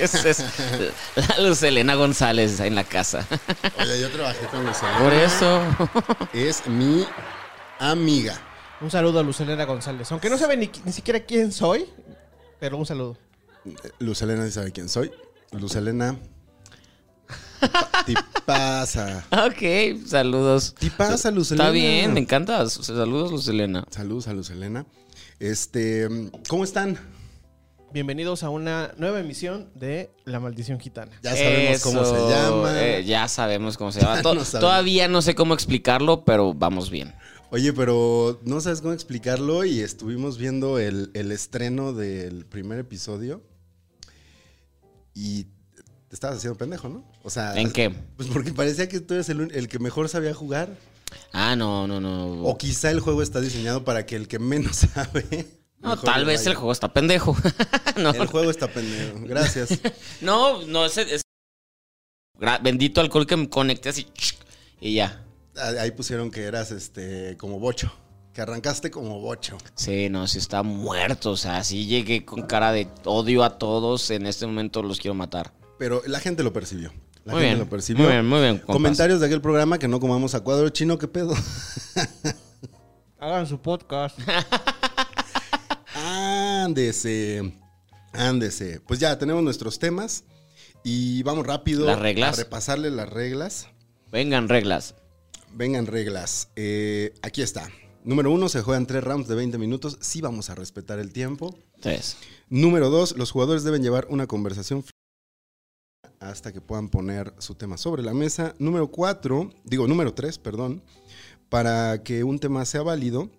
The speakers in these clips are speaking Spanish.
Es, es la Luz Elena González en la casa. Oye, yo trabajé con Lucelena. Por eso. Es mi amiga. Un saludo a Lucelena González. Aunque no sabe ni, ni siquiera quién soy, pero un saludo. Lucelena sí sabe quién soy. Lucelena. Tipasa. Ok, saludos. Tipasa, Lucelena. Está bien, me encanta. Saludos, Luz Elena. Saludos a Lucelena. Este, ¿cómo están? Bienvenidos a una nueva emisión de La Maldición Gitana. Ya sabemos Eso, cómo se llama. eh, ya sabemos cómo se llama. Ya To- no sabemos. todavía no sé cómo explicarlo, pero vamos bien. Oye, pero no sabes cómo explicarlo y estuvimos viendo el, el estreno del primer episodio y te estabas haciendo pendejo, ¿no? O sea, ¿En qué? pues porque parecía que tú eres el, un- el que mejor sabía jugar. Ah, no, no, no. O quizá el juego está diseñado para que el que menos sabe. no, mejor tal le vez vaya. el juego está pendejo. no, El juego está pendejo. Gracias. no, no, ese- es- Gra- Bendito alcohol que me conecté así. Y ya. Ah, Ahí pusieron que eras este como bocho. Que arrancaste como bocho. Sí, no, sí está muerto. O sea, sí llegué con cara de odio a todos. En este momento los quiero matar. Pero la gente lo percibió. La Muy gente bien, lo percibió. muy bien, muy bien, compas. Comentarios de aquel programa que no comamos a cuadro chino, ¿qué pedo? Hagan su podcast. Ándese. Ándese. Pues ya tenemos nuestros temas. Y vamos rápido Las reglas. a repasarle las reglas. Vengan reglas. Vengan reglas. Eh, aquí está. Número uno, se juegan tres rounds de 20 minutos. Sí vamos a respetar el tiempo. Tres. Número dos, los jugadores deben llevar una conversación fl- hasta que puedan poner su tema sobre la mesa. Número cuatro, digo, número tres, perdón, para que un tema sea válido,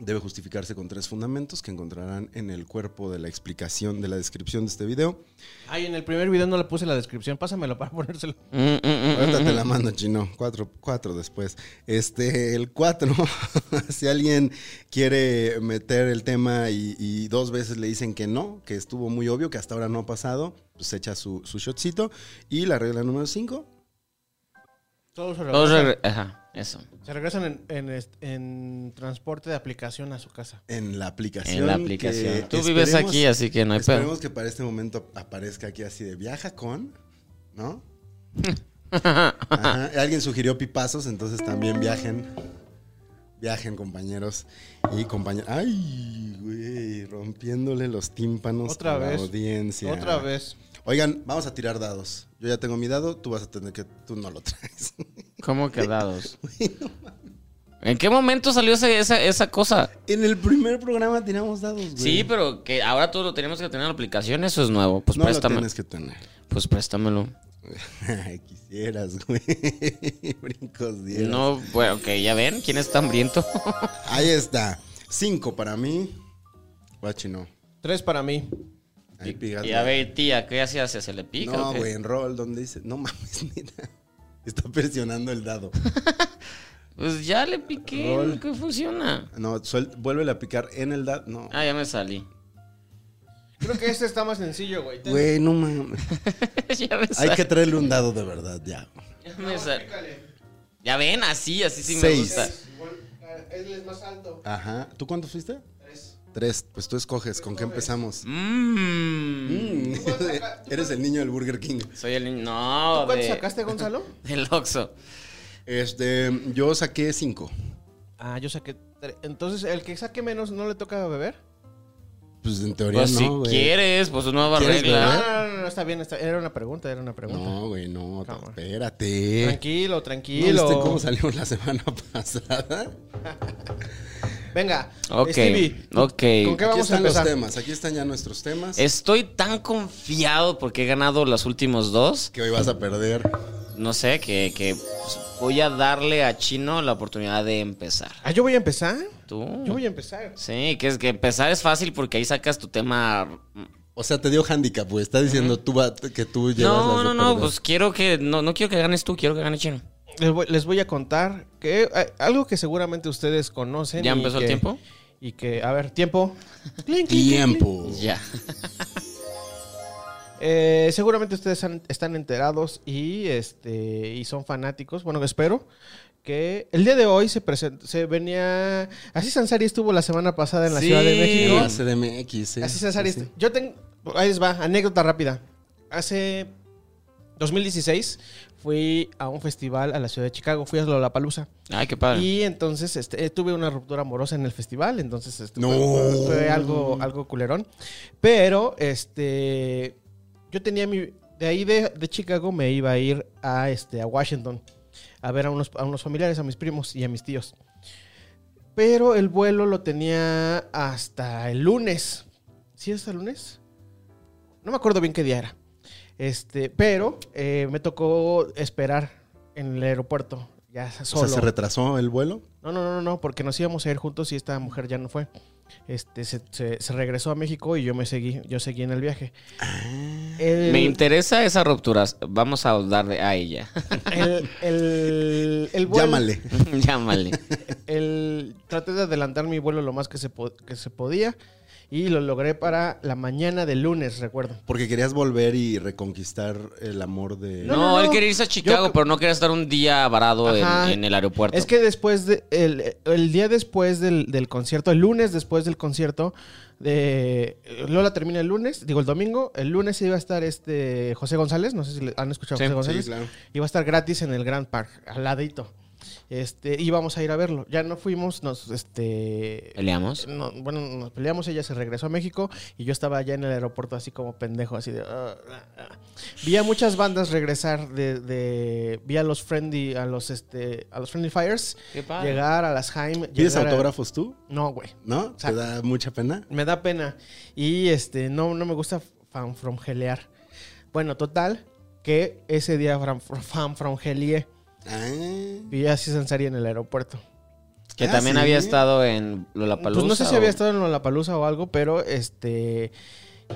debe justificarse con tres fundamentos que encontrarán en el cuerpo de la explicación de la descripción de este video. Ay, en el primer video no le puse la descripción. Pásamelo para ponérselo. Mm, mm, mm, Ahorita mm, te mm. la mando, chino. Cuatro, cuatro después. Este, el cuatro, si alguien quiere meter el tema y, y dos veces le dicen que no, que estuvo muy obvio, que hasta ahora no ha pasado, pues echa su, su shotcito. Y la regla número cinco, Todos se Todos regresan, regre- Ajá, eso. se regresan en, en est- en transporte de aplicación a su casa. en la aplicación. En la que aplicación. Tú esperemos- vives aquí, así que no hay pedo. Esperemos que para este momento aparezca aquí así de viaja con, ¿no? Ajá. Alguien sugirió pipazos, entonces también viajen. Viajen, compañeros y compañeras. Ay, güey, rompiéndole los tímpanos Otra a vez. la audiencia. Otra vez. Oigan, vamos a tirar dados. Yo ya tengo mi dado, tú vas a tener que tú no lo traes. ¿Cómo quedados? ¿En qué momento salió ese- esa, esa cosa? en el primer programa tiramos dados, güey. Sí, pero que ahora todos lo tenemos que tener en la aplicación. Eso es nuevo. Pues no lo préstamelo. tienes que tener. Pues préstamelo. Ay, Quisieras, güey. Brincos dieras. No, bueno, ok, ya ven. ¿Quién está hambriento? Ahí está. Cinco para mí. Guachi, no. Tres para mí. Ahí pigas, Y a güey. ver, tía, ¿qué hacía? ¿Se se le pica? No, o qué? güey, en roll, donde dice, no mames, neta. Está presionando el dado. Pues ya le piqué, Rol. ¿qué funciona? No, suel- vuelve a picar en el dado. No. Ah, ya me salí. Creo que este está más sencillo, güey. Ten- Güey, no mames. ya me Hay salí. que traerle un dado de verdad, ya. Ya me salí. Ya ven, así, así sí me Seis. gusta. Él es más alto. Ajá. ¿Tú cuánto fuiste? Tres. Tres. Pues tú escoges, ¿con qué empezamos? Mmm. Mm. Eres el niño del Burger King. Soy el niño. No, ¿Cuánto de- sacaste, Gonzalo? del Oxxo. Este, yo saqué cinco. Ah, yo saqué tres. Entonces, el que saque menos no le toca beber. Pues en teoría Pues no, si güey. quieres, pues nueva ¿Quieres No, regla. beber? no, no, no, está bien. está- Era una pregunta, era una pregunta. ¿Eh? No, güey, no. Cámara. Espérate. Tranquilo, ¿No viste tranquilo. cómo salimos la semana pasada? Venga, Ok, Stevie. ok. ¿Con qué Aquí vamos a están los empezar? temas. Aquí están ya nuestros temas. Estoy tan confiado porque he ganado los últimos dos Que hoy vas a perder. no sé, que, que pues, voy a darle a Chino la oportunidad de empezar. Ah, yo voy a empezar. Tú. Yo voy a empezar. Sí, que es que empezar es fácil porque ahí sacas tu tema. O sea, te dio handicap, güey. Está diciendo tú va- que tú llevas No, las no, de no, perder. pues quiero que no no quiero que ganes tú, quiero que gane Chino. Les voy, les voy a contar que eh, algo que seguramente ustedes conocen. ¿Ya y empezó el que- tiempo? Y que, a ver, tiempo. Clink, clink, clink, clink. Tiempo. Ya. Eh, seguramente ustedes han- están enterados y, este, y son fanáticos, bueno, espero, que el día de hoy se, present- se venía... Así Sansari estuvo la semana pasada en la Sí. Ciudad de México. La CDMX, sí. Así Sansari... Pues Sí, sí. est- este. Yo tengo... Ahí les va, anécdota rápida. Hace 2016 fui a un festival a la Ciudad de Chicago, fui a Lollapalooza. Ay, qué padre. Y entonces este, eh, tuve una ruptura amorosa en el festival, entonces este, No. fue, fue algo, algo culerón. Pero este yo tenía mi. De ahí de, de Chicago me iba a ir a, este, a Washington a ver a unos, a unos familiares, a mis primos y a mis tíos. Pero el vuelo lo tenía hasta el lunes. ¿Sí es hasta el lunes? No me acuerdo bien qué día era. Este, pero eh, me tocó esperar en el aeropuerto. Ya O solo. sea, se retrasó el vuelo. No, no, no, no, no, porque nos íbamos a ir juntos y esta mujer ya no fue. Este, se, se- se regresó a México y yo me seguí, yo seguí en el viaje. Ah. El- Me interesa esa ruptura. Vamos a darle a ella. el- el- el vuelo- Llámale. Llámale. el- traté de adelantar mi vuelo lo más que se, po- que se podía y lo logré para la mañana del lunes, recuerdo. Porque querías volver y reconquistar el amor de. No, No, no, él no. quería irse a Chicago, Yo- pero no quería estar un día varado en, Ajá. en el aeropuerto. Es que después, de, el, el día después del, del concierto, el lunes después del concierto, de, Lola termina el lunes, digo el domingo, el lunes iba a estar este José González, no sé si le- han escuchado Sí, a José sí, González, iba a estar gratis en el Grand Park, al ladito. Este, íbamos a ir a verlo. Ya no fuimos, nos, este, ¿Peleamos? no, bueno, nos peleamos, ella se regresó a México y yo estaba allá en el aeropuerto así como pendejo, así de... "Ah, ah, ah". Vi a muchas bandas regresar de... de- vi a los Friendly, a los, este, a los Friendly Fires, Qué padre. llegar a las Haim... ¿Pides llegar a- autógrafos tú? No, güey. ¿No? ¿Te Exacto. da mucha pena? Me da pena. Y este, no, no me gusta fanfrongelear. Bueno, total, que ese día fanfr- fanfrongelié. Ah. Vi a Sansari en el aeropuerto. Que Ah, también sí. había estado en Lollapalooza. Pues no sé si o- había estado en Lollapalooza o algo, pero este...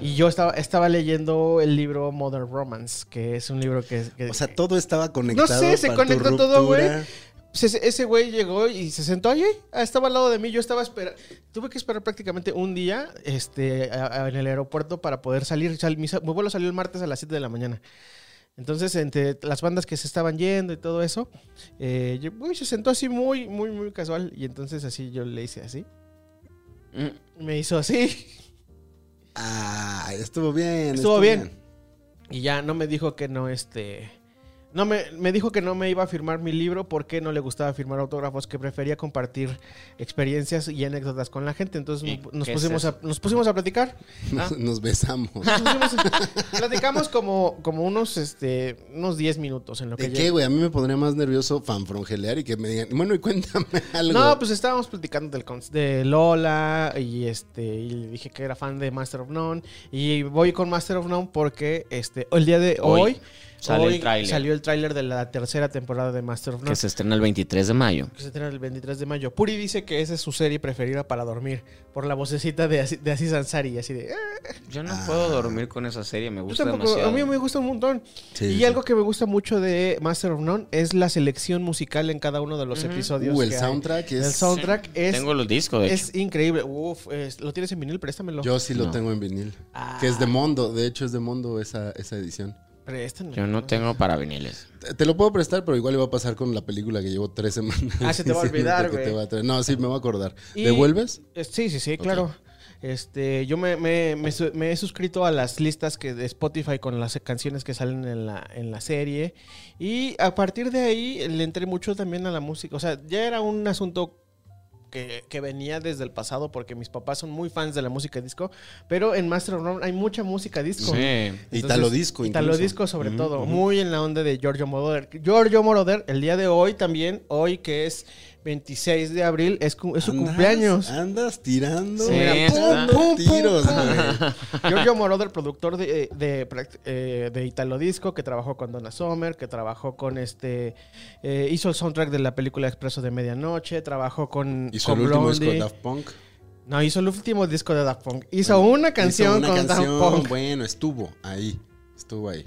Y yo estaba, estaba leyendo el libro Modern Romance, que es un libro que... que- O sea, todo estaba conectado. No sé, se para tu conectó todo, güey. ruptura. ese ese güey llegó y se sentó ahí, ah, estaba al lado de mí, yo estaba esperando... Tuve que esperar prácticamente un día este, a- a- en el aeropuerto para poder salir. Sal- mi, sa- mi vuelo salió el martes a las 7 de la mañana. Entonces, entre las bandas que se estaban yendo y todo eso, eh, yo- güey, se sentó así muy, muy, muy casual. Y entonces así yo le hice así. Mm, Me hizo así. Ah, estuvo bien. Estuvo bien. Y ya no me dijo que no, este. No me, me dijo que no me iba a firmar mi libro porque no le gustaba firmar autógrafos, que prefería compartir experiencias y anécdotas con la gente. Entonces ¿Y nos qué pusimos, es a, nos pusimos a platicar. Nos, nos besamos. Nos pusimos a- platicamos como, como unos este unos 10 minutos en lo que ¿De llegué. qué, güey? A mí me pondría más nervioso fanfrongelear y que me digan, bueno, y cuéntame algo. No, pues estábamos platicando del cons- de Lola y este y le dije que era fan de Master of None y voy con Master of None porque este el día de Hoy hoy, sale el hoy tráiler. salió el tráiler de la tercera temporada de Master of None Que se estrena el 23 de mayo. que se estrena el 23 de mayo. Puri dice que esa es su serie preferida para dormir por la vocecita de Asi- de Aziz Ansari así de "Eh, Yo no puedo dormir con esa serie, me yo gusta tampoco, demasiado. a mí me gusta un montón. Sí, y sí. algo que me gusta mucho de Master of None es la selección musical en cada uno de los episodios. Uh, el que oh, hay. soundtrack es. El soundtrack es Tengo los discos, de hecho. Es increíble. Uf, es- lo tienes en vinil, préstamelo. Yo sí lo No. tengo en vinil. Ah. Que es de Mondo. De hecho, es de Mondo esa, esa edición. Préstamelo. Yo no tengo para viniles. Te- Te lo puedo prestar, pero igual iba a pasar con la película que llevo tres semanas. Ah, se te va a olvidar, diciéndote que güey. te va a traer. No, sí, me voy a acordar. Y- ¿Devuelves? Eh, Sí, sí, sí, claro. Este, yo me, me- me su- me he suscrito a las listas que de Spotify con las canciones que salen en la, en la serie. Y a partir de ahí le entré mucho también a la música. O sea, ya era un asunto que, que venía desde el pasado porque mis papás son muy fans de la música disco. Pero en Master of None hay mucha música disco. Sí. Italo disco Italo incluso. disco sobre Ujú, todo, ujú. muy en la onda de Giorgio Moroder. Giorgio Moroder, el día de hoy también, hoy que es 26 de abril es, cu- es su Andas- cumpleaños. Andas tirando Sí, mira, está. pum, pum, Pum, pum, tiros, pum. güey. Giorgio Moroder, productor de, de, pract- eh, de Italo Disco, que trabajó con Donna Summer, que trabajó con este. eh, hizo el soundtrack de la película Expreso de Medianoche, trabajó con. Hizo con el último disco Blondie. de Daft Punk. No, hizo el último disco de Daft Punk. Hizo una canción Hizo una con canción, Daft Punk. Bueno, estuvo ahí. Estuvo ahí.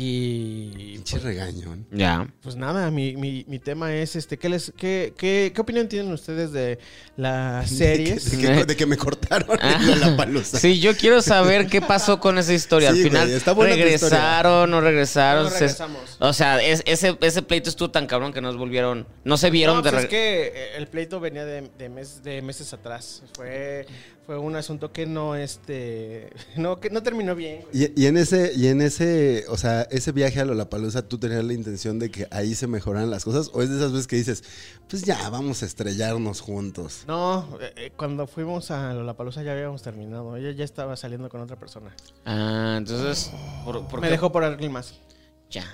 Y. Pinche regañón. Ya. Pues nada, mi, mi- mi tema es este. ¿qué, les, qué, qué, ¿Qué opinión tienen ustedes de las series? Ah, De que, de que me cortaron la palusa. Sí, yo quiero saber qué pasó con esa historia. Sí, Al final, güey, está buena tu historia. ¿regresaron no regresaron? No Se- regresamos. o sea, es- ese, ese pleito estuvo tan cabrón que nos volvieron. No se vieron No, de pues es reg- que eh, el pleito venía de, de mes- de meses atrás. Fue, fue un asunto que no, este, no, que no terminó bien. güey. Y, y en ese, y en ese, o sea, ese viaje a Lollapalooza, ¿tú tenías la intención de que ahí se mejoraran las cosas? ¿O es de esas veces que dices, pues ya, vamos a estrellarnos juntos? No, eh, eh, cuando fuimos a Lollapalooza ya habíamos terminado. Ella ya estaba saliendo con otra persona. Ah, entonces. ¿por, por Me qué? dejó por alguien más. Ya.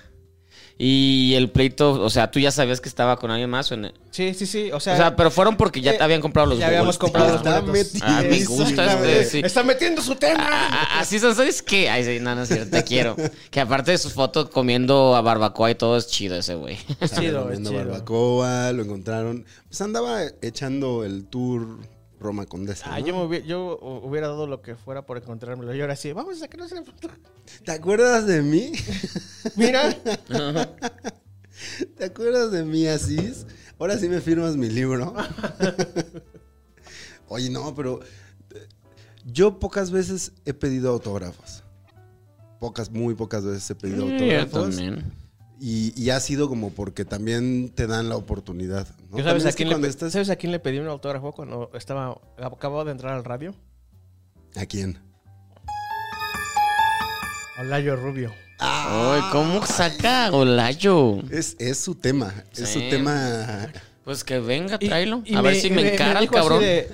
Y el pleito, o sea, ¿tú ya sabías que estaba con alguien más? O, en- Sí, sí, sí. O sea, o sea, pero fueron porque ya eh, te habían comprado los ya boletos. habíamos comprado los Está boletos. metida. Ah, me gusta Está- este, sí. eh, Está metiendo su tema. Ah, ah, Así son, ¿sabes qué? Ay, sí, no, no es cierto, te quiero. Que aparte de sus fotos comiendo a barbacoa y todo, es chido ese güey. es Estaba chido, es comiendo chido. barbacoa, lo encontraron. Pues andaba echando el tour Roma Condesa. Ah, ¿no? yo, me hubiera, yo hubiera dado lo que fuera por encontrármelo. Y ahora sí, vamos a sacarnos la foto. ¿Te acuerdas de mí? Mira. ¿Te acuerdas de mí, Asís? Ahora sí me firmas mi libro. Oye, no, pero eh, yo pocas veces he pedido autógrafos. Pocas, muy pocas veces he Mm, pedido Yo autógrafos. también. Y, y ha sido como porque también te dan la oportunidad. ¿no? ¿Tú También sabes, a es que quién le cuando pe- estás- sabes a quién le pedí un autógrafo cuando estaba acababa de entrar al radio? ¿A quién? A Layo Rubio. Ay, ¿cómo saca Olayo? Es, es su tema. Es su Sí. tema. Pues que venga, Y- tráelo. y a ver si me, encara el dijo así cabrón. de-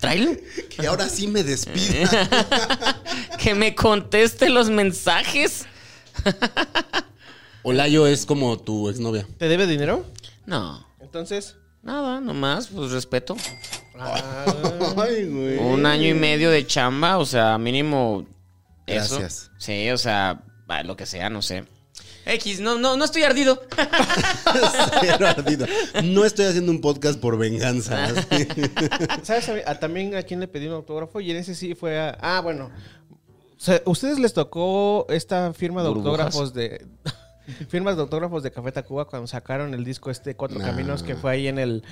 Tráelo. Que ahora sí me despida. Eh. Que me conteste los mensajes. Olayo es como tu exnovia. ¿Te debe dinero? No, Entonces. nada, nomás, pues respeto. ah, Ay, güey. Un año y medio de chamba, o sea, mínimo. Eso. Gracias. Sí, o sea, va, lo que sea, no sé. X, no, no, no estoy ardido. Cero ardido. No estoy haciendo un podcast por venganza. así. ah, ¿Sabes a mí- a- también a quién le pedí un autógrafo? Y en ese sí fue a. Ah, bueno. O sea, ¿Ustedes les tocó esta firma de ¿Burbujas? autógrafos de. Firmas de autógrafos de Café Tacuba cuando sacaron el disco este Cuatro Nah. Caminos que fue ahí en el.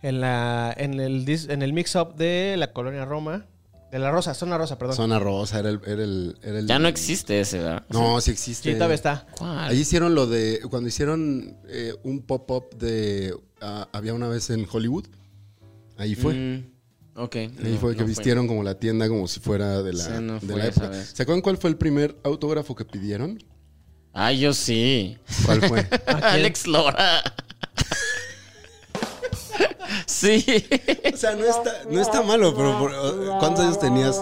En la. En el, dis- en el mix-up de la colonia Roma. De la Rosa, Zona Rosa, perdón. Zona Rosa era el. Era el, era el- Ya no existe ese, ¿verdad? No, sí existe. Sí, todavía está. ¿Cuál? Ahí hicieron lo de. Cuando hicieron eh, un pop-up de. ah, había una vez en Hollywood. Ahí fue. Mm, ok. Ahí no, fue que no vistieron como la tienda, como si fuera de la, Sí, no de fue la esa época. vez. ¿Se acuerdan cuál fue el primer autógrafo que pidieron? Ay, yo sí. ¿Cuál fue? Alex Lora. sí. o sea, no está, no está malo, pero por- ¿cuántos años tenías?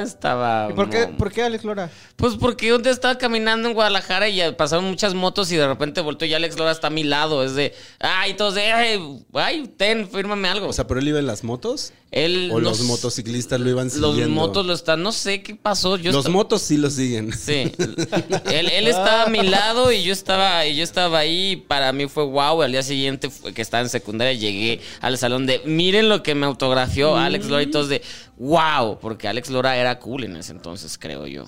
Estaba. ¿Y por qué, no. por qué Alex Lora? Pues porque un día estaba caminando en Guadalajara y ya pasaron muchas motos y de repente volteo y Alex Lora está a mi lado. Es de. Ay, todos de. Ay, ay, ten, fírmame algo. O sea, pero él iba en las motos. él. O no los s- motociclistas lo iban siguiendo. Los motos lo están. No sé qué pasó. Yo los esta- motos sí lo siguen. Sí. él, él estaba a mi lado y yo estaba, y yo estaba ahí. y para mí fue wow. Al día siguiente fue- que estaba en secundaria llegué al salón de miren lo que me autografió Alex Lora y todos de wow. Porque Alex Lora era cool en ese entonces, creo yo.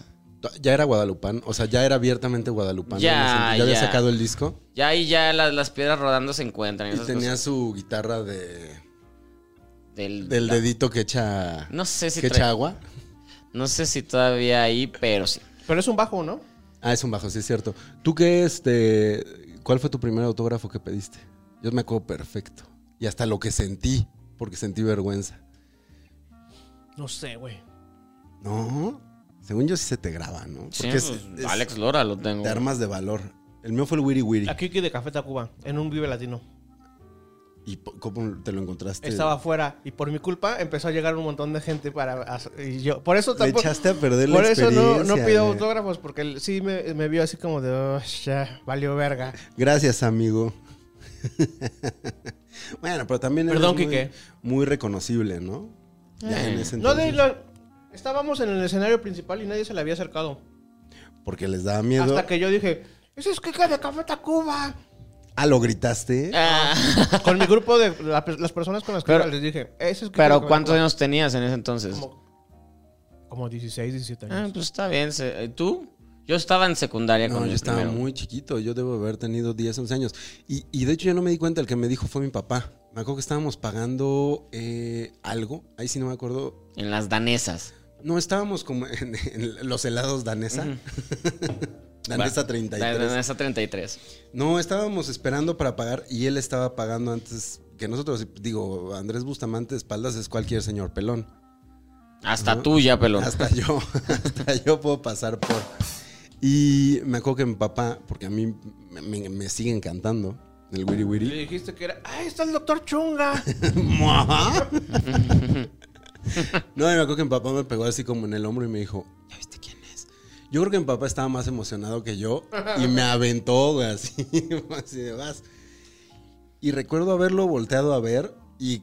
Ya era guadalupán, o sea, ya era abiertamente guadalupán. Ya, ya había ya. sacado el disco Ya ahí ya la- las piedras rodando se encuentran. y esas tenía cosas. su guitarra de Del- del la- dedito que echa No sé si que trae- echa agua. No sé si todavía ahí, pero sí. Pero es un bajo, ¿no? Ah, es un bajo, sí es cierto. ¿Tú qué este cuál fue tu primer autógrafo que pediste? Yo me acuerdo perfecto y hasta lo que sentí, porque sentí vergüenza. No sé, güey. No, según yo sí se te graba, ¿no? Porque Sí, es- pues, es- Alex Lora lo tengo. te armas de valor. El mío fue el Wiri Wiri. La Kiki de Café Tacuba, en un Vive Latino. ¿Y po- cómo te lo encontraste? Estaba afuera y por mi culpa empezó a llegar un montón de gente para... as- Y yo, por eso Le tampoco... echaste a perder la Por eso no, no experiencia, pido güey. autógrafos, porque él sí me, me vio así como de... "Oh, ya, valió verga. Gracias, amigo. bueno, pero también eres Perdón, muy, Quique. muy reconocible, ¿no? Ya en ese No, de entonces, la- Estábamos en el escenario principal y nadie se le había acercado. Porque les daba miedo. Hasta que yo dije, ese es Kika de Café Tacuba. Ah, lo gritaste. Eh, Ah, Con mi grupo de la- las personas con las que Pero- iba, les dije, ese es Kika de pero Café ¿cuántos Tacuba". años tenías en ese entonces? Como, como 16, 17 Ah, años. pues está bien. se- ¿y ¿Tú? Yo estaba en secundaria No, cuando yo estaba muy chiquito, yo debo haber tenido 10, 11 años. Y, y de hecho yo no me di cuenta, el que me dijo fue mi papá. Me acuerdo que estábamos pagando eh, algo, ahí sí no me acuerdo. En las danesas. No, estábamos como en, en los helados danesa. danesa Va, 33. La danesa 33. No, estábamos esperando para pagar y él estaba pagando antes que nosotros. Digo, Andrés Bustamante de espaldas es cualquier señor pelón. Hasta tú ya, pelón. Hasta yo, hasta yo puedo pasar por. Y me acuerdo que mi papá, porque a mí me, me- me sigue encantando el Wiri Y le Wiri. dijiste que era, ¡ay, está el doctor Chunga! ¡Mua! no, y me acuerdo que mi papá me pegó así como en el hombro y me dijo, ¿ya viste quién es? Yo creo que mi papá estaba más emocionado que yo y me aventó, güey, así, así de vas. Y recuerdo haberlo volteado a ver y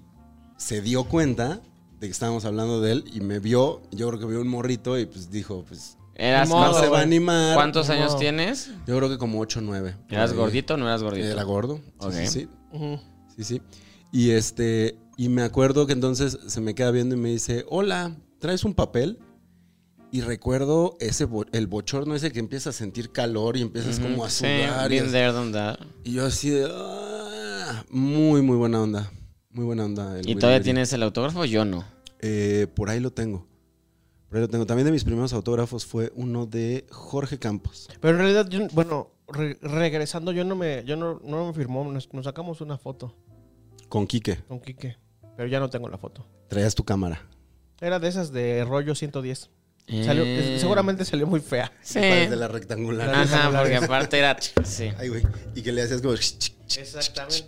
se dio cuenta de que estábamos hablando de él y me vio, yo creo que vio un morrito y pues dijo, pues Eras Ni modo, no más- se va a güey. animar. ¿Cuántos Ni años modo. tienes? Yo creo que como 8 o 9. ¿Eras gordito o no eras gordito? eh, Era gordo. Sí, Ok. sí, sí, Ujú. sí, sí. Y este, y me acuerdo que entonces se me queda viendo y me dice, hola, ¿traes un papel? Y recuerdo ese bo- el bochorno ese que empieza a sentir calor y empiezas como a Mm, Sí, sudar. y, been there, done that. y yo así de "Ah". muy, muy buena onda. Muy buena onda. el ¿Y Willy todavía Willy. tienes el autógrafo? Yo no. Eh, por ahí lo tengo. Por ahí lo tengo. También de mis primeros autógrafos fue uno de Jorge Campos. Pero en realidad, yo- bueno, re- regresando, yo no me, yo no, no me firmó. Nos, nos sacamos una foto Con Quique. con Quique, pero ya no tengo la foto. Traías tu cámara. Era de esas de rollo 110. Salió- Eh, Seguramente salió muy fea. Sí. Parece la rectangular. Ajá, porque aparte era. Sí. Ay, güey. Y que le hacías como. Exactamente.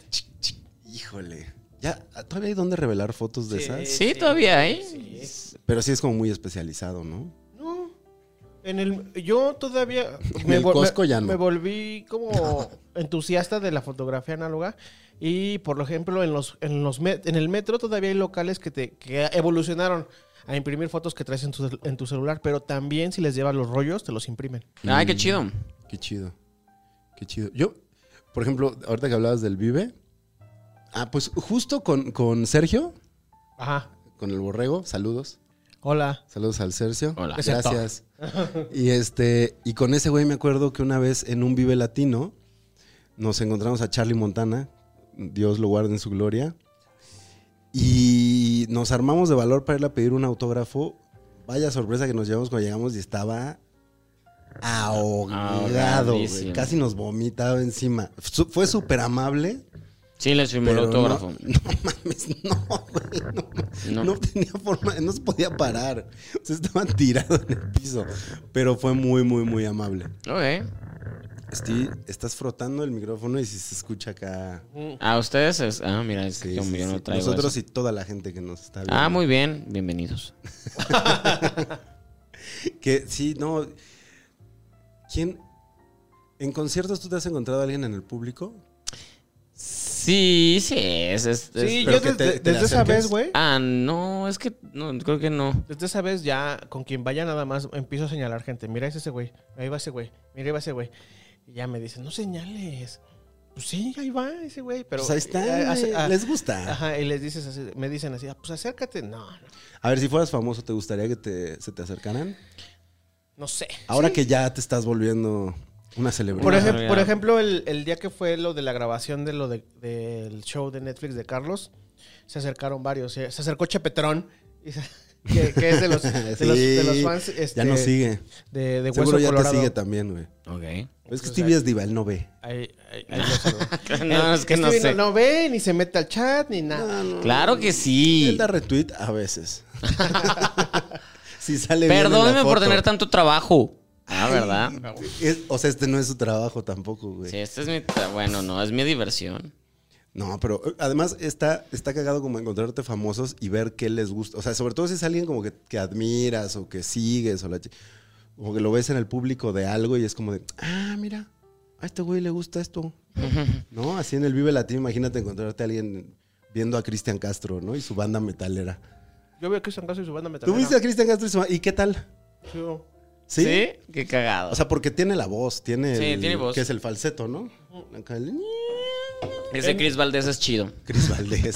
Híjole. Ya, todavía hay donde revelar fotos de esas. Sí, todavía hay. Pero sí es como muy especializado, ¿no? No. En el, yo todavía. En el vol- Costco ya no. me volví como entusiasta de la fotografía análoga. Y por ejemplo, en los, en los met- en el metro todavía hay locales que te que evolucionaron a imprimir fotos que traes en tu, cel- en tu celular, pero también si les llevas los rollos, te los imprimen. Ay, qué chido. Qué chido. Qué chido. Yo, por ejemplo, ahorita que hablabas del Vive. Ah, pues justo con, con Sergio, Ajá. con el borrego. Saludos. Hola. Saludos al Sergio. Hola. Gracias. Y este, y con ese güey me acuerdo que una vez en un Vive Latino nos encontramos a Charlie Montana, Dios lo guarde en su gloria, y nos armamos de valor para ir a pedir un autógrafo. Vaya sorpresa que nos llevamos cuando llegamos y estaba ahogado, güey. Ahogadísimo. casi nos vomitaba encima. Su- Fue súper amable, Sí, les firmó el pero no- autógrafo. No, mames, no, güey, no, mames. No. No tenía forma, no se podía parar. Se estaba tirado en el piso. Pero fue muy, muy, muy amable. Ok. Steve, estás frotando el micrófono y si se escucha acá. A ustedes es. Ah, mira, es que Sí, yo, sí, yo no sí. traigo. Nosotros eso. y toda la gente que nos está viendo. Ah, muy bien. Bienvenidos. Que sí, no. ¿Quién? ¿En conciertos tú te has encontrado a alguien en el público? Sí, sí, es. es- es- Sí, Pero yo que desde, te- te desde esa acerques. vez, güey. Ah, no, es que. No, creo que no. Desde esa vez ya, con quien vaya nada más, empiezo a señalar gente. Mira, es ese güey. Ahí va ese güey. Mira, ahí va ese güey. Y ya me dicen, no señales. Pues sí, ahí va ese güey. Pero, Pues ahí eh, está. hace- güey, ah, les gusta. Ajá, y les dices así- me dicen así, ah, pues acércate. No, no, A ver, si fueras famoso, ¿te gustaría que te- se te acercaran? no sé. Ahora Sí. que ya te estás volviendo una celebridad. Por, Una ejem- realidad. por ejemplo, el, el día que fue lo de la grabación de lo de- del show de Netflix de Carlos, se acercaron varios. Se, se acercó Chepetrón, y se- que, que es de los, de Sí, los, de los fans. ya este, nos sigue. De, de Hueso Seguro ya Colorado. te sigue también, güey. Ok. Es que Stevie es diva, él no ve. Ahí- ahí- ahí lo saludo. Eh, No, es que no Stevie sé. No, ve, ni se mete al chat, ni nada. Claro que Él sí. da retweet a veces. si sale bien en la Perdóneme por foto. tener tanto trabajo. Ah, ¿verdad? Es- o sea, este no es su trabajo tampoco, güey. Sí, este es mi. tra- Bueno, no, es mi diversión. No, pero eh, además está, está cagado como encontrarte famosos y ver qué les gusta. O sea, sobre todo si es alguien como que, que admiras o que sigues o la chi- como que lo ves en el público de algo y es como de, ah, mira, a este güey le gusta esto. ¿No? Así en el Vive Latino, imagínate encontrarte a alguien viendo a Cristian Castro, ¿no? Y su banda metalera. Yo veo a Cristian Castro y su banda metalera. ¿Tú viste a Cristian Castro y su ba- ¿Y qué tal? Chido. ¿Sí? Qué cagado. O sea, porque tiene la voz, tiene. Sí, el- tiene voz. Que es el falseto, ¿no? Acá el- Ese Chris Valdés es chido. Cris Valdés.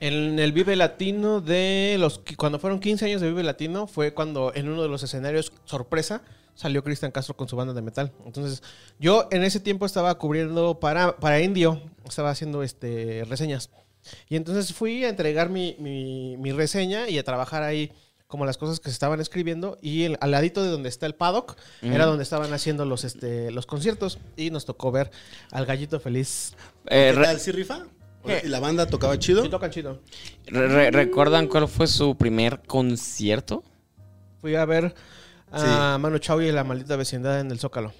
En el Vive Latino de los... Cuando fueron 15 años de Vive Latino fue cuando en uno de los escenarios sorpresa salió Cristian Castro con su banda de metal. Entonces yo en ese tiempo estaba cubriendo para, para Indio, estaba haciendo este, reseñas. Y entonces fui a entregar mi, mi- mi reseña y a trabajar ahí como las cosas que se estaban escribiendo y el- al ladito de donde está el paddock era donde estaban haciendo los, este, los conciertos y nos tocó ver al gallito feliz. Eh, ¿Qué re- tal? ¿Sí rifa? ¿Qué? ¿Y la banda tocaba Y chido? tocan chido. re- re- ¿Recuerdan cuál fue su primer concierto? Fui a ver a Manu Chao y la maldita vecindad en el Zócalo.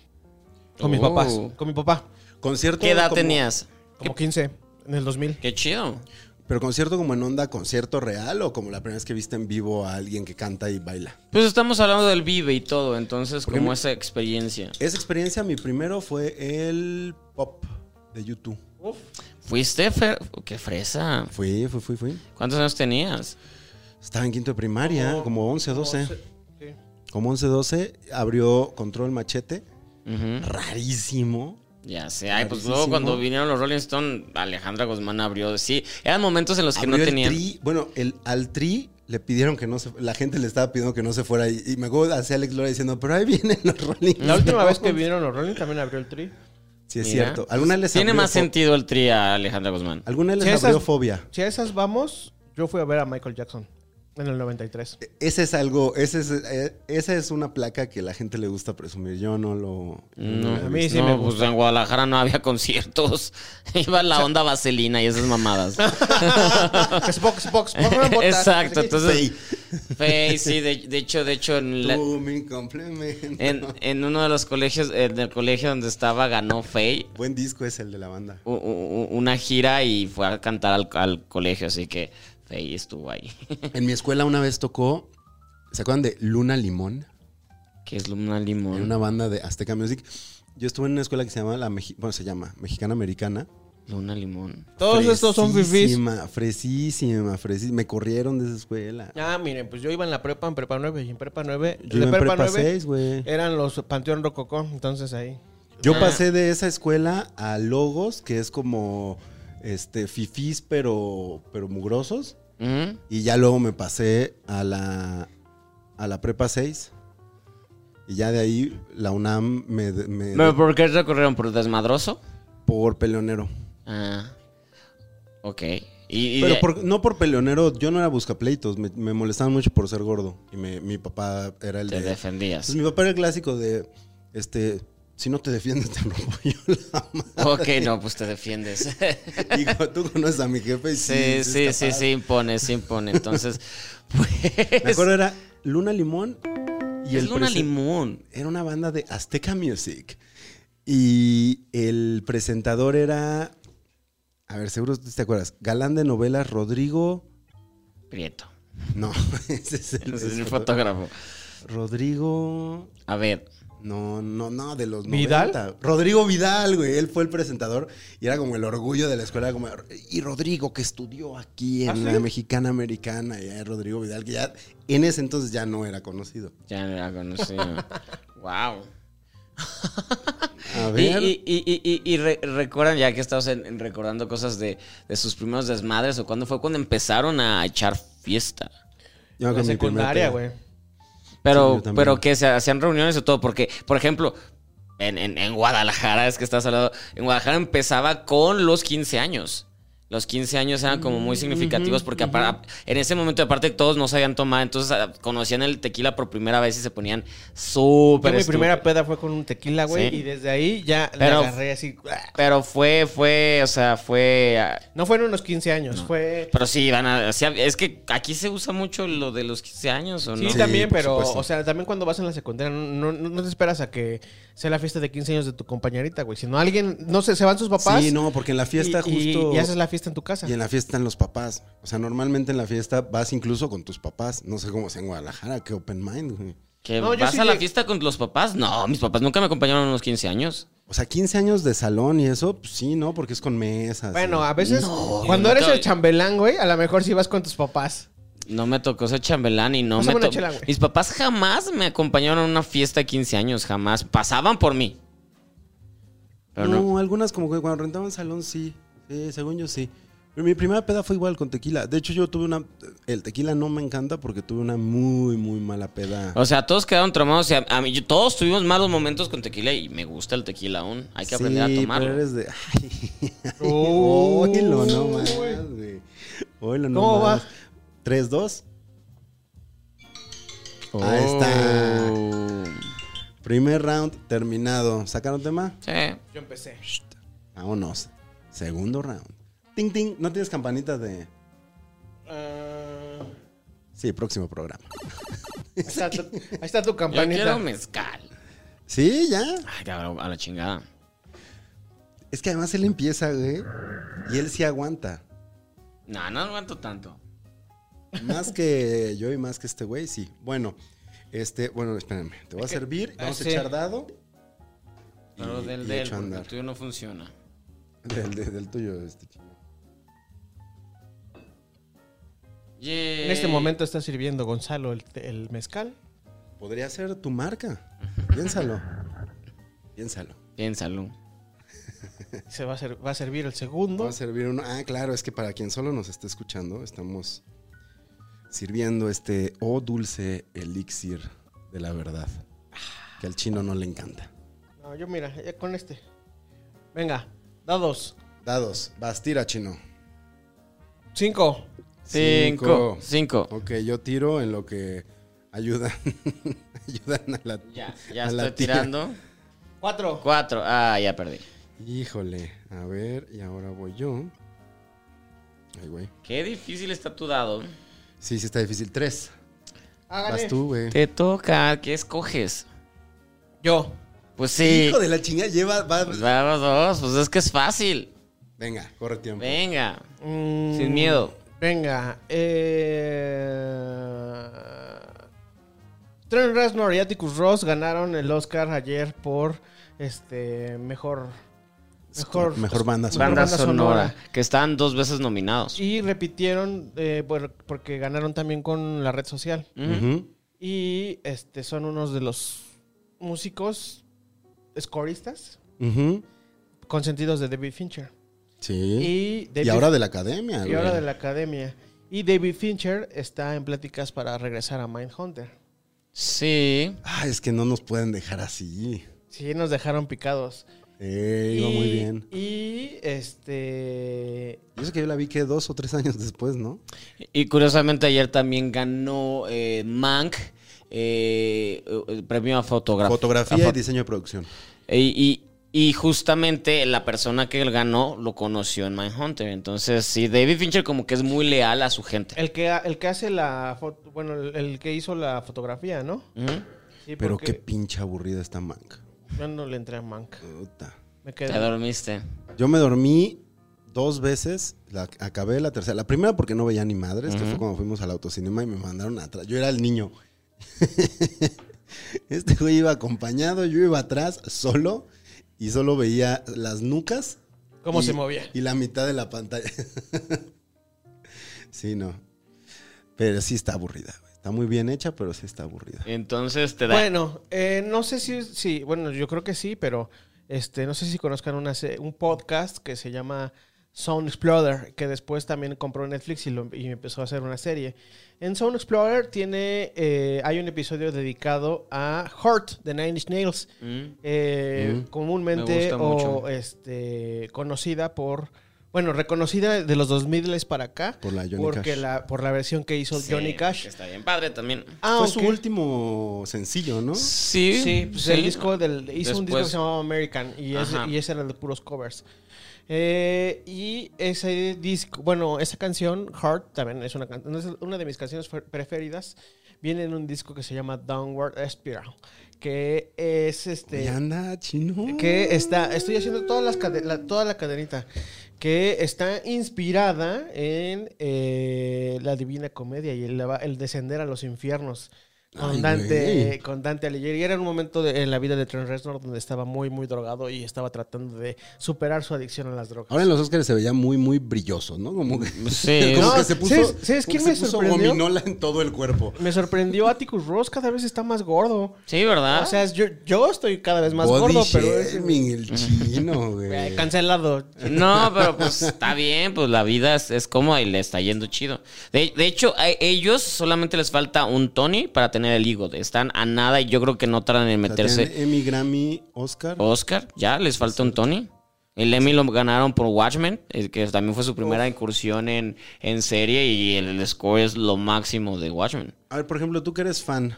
Con mis Oh. papás. Con mi papá. Concierto. ¿Qué edad como- tenías? Como 15. En el 2000. Qué chido. ¿Pero concierto como en onda concierto real o como la primera vez que viste en vivo a alguien que canta y baila? Pues estamos hablando del Vive y todo, entonces Porque como mi- esa experiencia. Esa experiencia, mi primero fue el pop de YouTube. ¿Fuiste? Fer? ¡Qué fresa! Fui, fui, fui, fui. ¿Cuántos años tenías? Estaba en quinto de primaria, como 11 o 12. sí. Como 11 o 12, abrió Control Machete. Ujú. Rarísimo. Ya sé. Ay, pues Rarísimo. luego cuando vinieron los Rolling Stones, Alejandra Guzmán abrió. Sí, eran momentos en los que Abrió no el tenían. Tri. Bueno, el, al Tri le pidieron que no se La gente le estaba pidiendo que no se fuera. Y, y me acuerdo hacia Alex Lora diciendo, pero ahí vienen los Rolling La última Stones". vez que vinieron los Rolling también abrió el tri. Sí, es Mira, cierto. ¿Alguna les Tiene abrió más fo- sentido el tri a Alejandra Guzmán. ¿Alguna les Sí, abrió esas- fobia? Si a esas vamos, yo fui a ver a Michael Jackson. En el 93. Ese es algo, ese es, eh, esa es una placa que la gente le gusta presumir. Yo no lo. No, A mí sí no, me pues gusta. en Guadalajara no había conciertos. Iba la onda vaselina y esas mamadas. Xbox, Xbox. ponme botas. Exacto, Sí. entonces. Fey, sí, de, de hecho, de hecho, en, la- Tú, mi Eh. complemento. en, en uno de los colegios, en el colegio donde estaba, ganó Fey Buen disco es el de la banda. u- u- u- una gira y fue a cantar al, al colegio, así que Fey estuvo ahí. En mi escuela una vez tocó. ¿Se acuerdan de Luna Limón? que es Luna En Limón. una banda de Azteca Music. Yo estuve en una escuela que se llama la Meji- bueno, se llama Mexicana Americana. Luna Limón. Todos estos son fifís. Fresísima, fresísima, fresísima. Me corrieron de esa escuela. Ah, miren, pues yo iba en la prepa, en prepa 9. Y en prepa 9. Yo de iba en prepa, prepa 9 6, güey. eran los Panteón Rococó. Entonces ahí. Yo Ah. pasé de esa escuela a Logos, que es como este fifís pero pero mugrosos, Ujú. y ya luego me pasé a la a la prepa 6. Y ya de ahí la UNAM me, de- me ¿Pero de- por qué recorrieron? ¿Por desmadroso? por peleonero. Ah. Ok. Y, y Pero de- por- no por peleonero, yo no era buscapleitos, me, me molestaban mucho por ser gordo y me- mi papá era el te de defendías. Pues mi papá era el clásico de este si no te defiendes te rompo yo la madre. Ok, no, pues te defiendes. Digo, tú conoces a mi jefe y Sí, sí, sí, sí, impone, sí impone. Entonces, pues. Me acuerdo era Luna Limón y es el Luna presen- Limón. Era una banda de Azteca Music. Y el presentador era. A ver, seguro tú te acuerdas. Galán de novelas Rodrigo. Prieto. No, ese es el, Ese Es el foto- fotógrafo. Rodrigo. A ver. No, no, no, de los ¿Vidal? 90. Rodrigo Vidal, güey. Él fue el presentador y era como el orgullo de la escuela. como, y Rodrigo, que estudió aquí en ¿Ah, la sí? Mexicana Americana. Y ahí Rodrigo Vidal, que ya en ese entonces ya no era conocido. Ya la conocí. wow. A Y, ver. y, y, y- y- y re- recuerdan, ya que estamos en- en recordando cosas de, de sus primeros desmadres o cuándo fue cuando empezaron a echar fiesta. yo La con mi primer secundaria, tema. güey. Sí, Pero, yo también. pero que se hacían reuniones o todo, porque, por ejemplo, en, en- en Guadalajara, es que estás hablando, en Guadalajara empezaba con los 15 años. Los 15 años eran como Mm, muy significativos porque apar- en ese momento aparte todos no sabían tomar, entonces ah, conocían el tequila por primera vez y se ponían Yo súper mi estu- primera peda fue con un tequila, güey. Sí. Y desde ahí ya la Pero- agarré así. ¡ah! Pero fue, fue, o sea, fue... ah, No fueron unos 15 años, fue. Pero sí, van a... sí, es que aquí se usa mucho lo de los 15 años, ¿o no? Sí, Sí, también, por pero, supuesto. o sea, también cuando vas en la secundaria, no, no- no te esperas a que sea la fiesta de 15 años de tu compañerita, güey. Sino alguien, no sé, se van sus papás. Sí, no, porque en la fiesta y- y- justo. Y, haces la fiesta en tu casa. Y en la fiesta están los papás. O sea, normalmente en la fiesta vas incluso con tus papás. No sé cómo sea en Guadalajara, qué open mind, güey. ¿Que No, yo vas sí a la llegué- fiesta con los papás? No, mis papás nunca me acompañaron a los 15 años. O sea, 15 años de salón y eso, pues sí, ¿no? Porque es con mesas. Bueno, y- a veces, No. cuando eres Nunca- el chambelán, güey, a lo mejor sí vas con tus papás. No me tocó ser chambelán y no Pásame me una tocó. chela, güey. Mis papás jamás me acompañaron a una fiesta de 15 años, jamás. Pasaban por mí. Pero no, ah, no. algunas como que cuando rentaban salón sí. Sí, según yo sí. Pero mi primera peda fue igual con tequila. De hecho, yo tuve una. El tequila no me encanta porque tuve una muy, muy mala peda. O sea, todos quedaron traumados. y a- a mí- yo- todos tuvimos malos momentos con tequila y me gusta el tequila aún. Hay que aprender Sí, a pero tomarlo. eres de. Ay, Oh. oílo nomás, güey. Oílo ¿Cómo nomás. va? ¿Tres, dos? Ahí está. Oh. Primer round terminado. ¿Sacaron tema? Sí. Yo empecé. Vámonos. Segundo round. Ting, ting. ¿No tienes campanita de.? Ah, Sí, próximo programa. ahí, está tu, ahí está tu Yo campanita. quiero mezcal. Sí, ya. Ay, cabrón, a la chingada. Es que además él empieza, güey. Y él sí aguanta. No, no aguanto tanto. Más que yo y más que este güey, sí. Bueno, este, bueno, espérenme. Te voy a servir. Vamos Ah, sí. a echar dado. Pero Y- del y del, echo a porque el andar. tuyo no funciona. Del, del- del tuyo, este chingado. Yay. En este momento está sirviendo Gonzalo el, te- el mezcal. Podría ser tu marca. Piénsalo. Piénsalo. Piénsalo. Se va a, ser- va a servir el segundo. Vamos a servir uno. Ah, claro, es que para quien solo nos está escuchando, estamos sirviendo este oh dulce elixir de la verdad. Que al chino no le encanta. No, yo mira, ya con este. Venga, dados. Dados, vas, tira, chino. Cinco. Cinco. Cinco. Ok, yo tiro en lo que ayudan. ayudan a la. Ya, ya a la estoy tía. tirando. Cuatro. Cuatro. Ah, ya perdí. Híjole, a ver, y ahora voy yo. Ay, güey. Qué difícil está tu dado. Sí, sí está difícil. Tres. Hágale. Vas tú, güey. Te toca, ¿qué escoges? Yo. Pues sí. Hijo de la chingada, lleva. va- Pues va los dos, pues es que es fácil. Venga, corre tiempo. Venga, Mm, sin miedo. Venga. Eh... Trent Reznor y Atticus Ross ganaron el Oscar ayer por este mejor mejor Mejor banda sonora. Banda, banda sonora, sonora. que están dos veces nominados. y repitieron eh, por- porque ganaron también con la red social Ujú. Ujú. y este son unos de los músicos scoristas Ujú. consentidos de David Fincher Sí. y, Y, David ahora de la academia, y güey. ahora de la academia y David Fincher está en pláticas para regresar a Mindhunter Sí. Ah, es que no nos pueden dejar así. Sí, nos dejaron picados. Eh, iba Y- muy bien. Y este. Yo sé que yo la vi que dos o tres años después, ¿no? Y curiosamente ayer también ganó eh, Mank eh, el premio a fotografía. Fotografía y diseño de producción. Y, y- y justamente la persona que él ganó lo conoció en Mindhunter. Entonces, sí, David Fincher como que es muy leal a su gente. El que, el que hace la foto. Bueno, el, el que hizo la fotografía, ¿no? Ujú. Sí, Pero porque qué pinche aburrida está Mank. Yo no le entré a Mank. Puta. Me Te quedé. dormiste. Yo me dormí dos veces, la, acabé la tercera. La primera porque no veía ni madres, que fue cuando fuimos al autocinema y me mandaron atrás. Yo era el niño. este güey iba acompañado, yo iba atrás solo y solo veía las nucas ¿Cómo y- se movía? y la mitad de la pantalla. sí, no. Pero sí está aburrida. güey. Está muy bien hecha, pero sí está aburrida. Entonces te da. Bueno, eh, no sé si. Sí, bueno, yo creo que sí, pero. Este, no sé si conozcan una, se- un podcast que se llama Sound Exploder, que después también compró Netflix y, lo- y empezó a hacer una serie. En Sound Explorer tiene, eh, hay un episodio dedicado a Hurt de Nine Inch Nails, Mm. eh, comúnmente Me gusta o mucho. este, conocida por, bueno, reconocida de los 2000 para acá, Por la Johnny porque Cash. la- por la versión que hizo Sí, Johnny Cash. que Está bien padre también. Ah, fue su último sencillo, ¿no? Sí, Sí, pues el disco del, hizo un disco que Después- se llamaba American y ese, Ajá. y ese era de puros covers. Eh, y ese disco, bueno, esa canción, Heart, también es una, can- es una de mis canciones fer- preferidas. Viene en un disco que se llama Downward Spiral, que es este Y anda, chino. que está, estoy haciendo todas las cade- la- toda la cadenita, que está inspirada en eh, la Divina Comedia y el, el descender a los infiernos Con Ay, Dante, güey. con Dante Alighieri. Era un momento de- en la vida de Trent Reznor donde estaba muy, muy drogado y estaba tratando de superar su adicción a las drogas. Ahora en los Oscars se veía muy, muy brilloso, ¿no? Como que, Sí. como No, que se puso. ¿sabes- sabes como que quién me se puso sorprendió? gominola en todo el cuerpo. Me sorprendió Atticus Ross, cada vez está más gordo. Sí, ¿verdad? O sea, es- yo, yo estoy cada vez más ¿Ah? Body gordo, pero es- shaming, el chino, güey. Eh, cancelado. No, pero pues está bien, pues la vida es, es cómoda y le está yendo chido. De, de hecho, a ellos solamente les falta un Tony para tener el hígado. Están a nada y yo creo que no tardan en O sea, tenían meterse Emmy, Grammy, Oscar. Oscar. Ya, les falta un Tony. El Emmy lo ganaron por Watchmen, eh, que también fue su primera incursión en, en serie y el, el score es lo máximo de Watchmen. A ver, por ejemplo, tú que eres fan,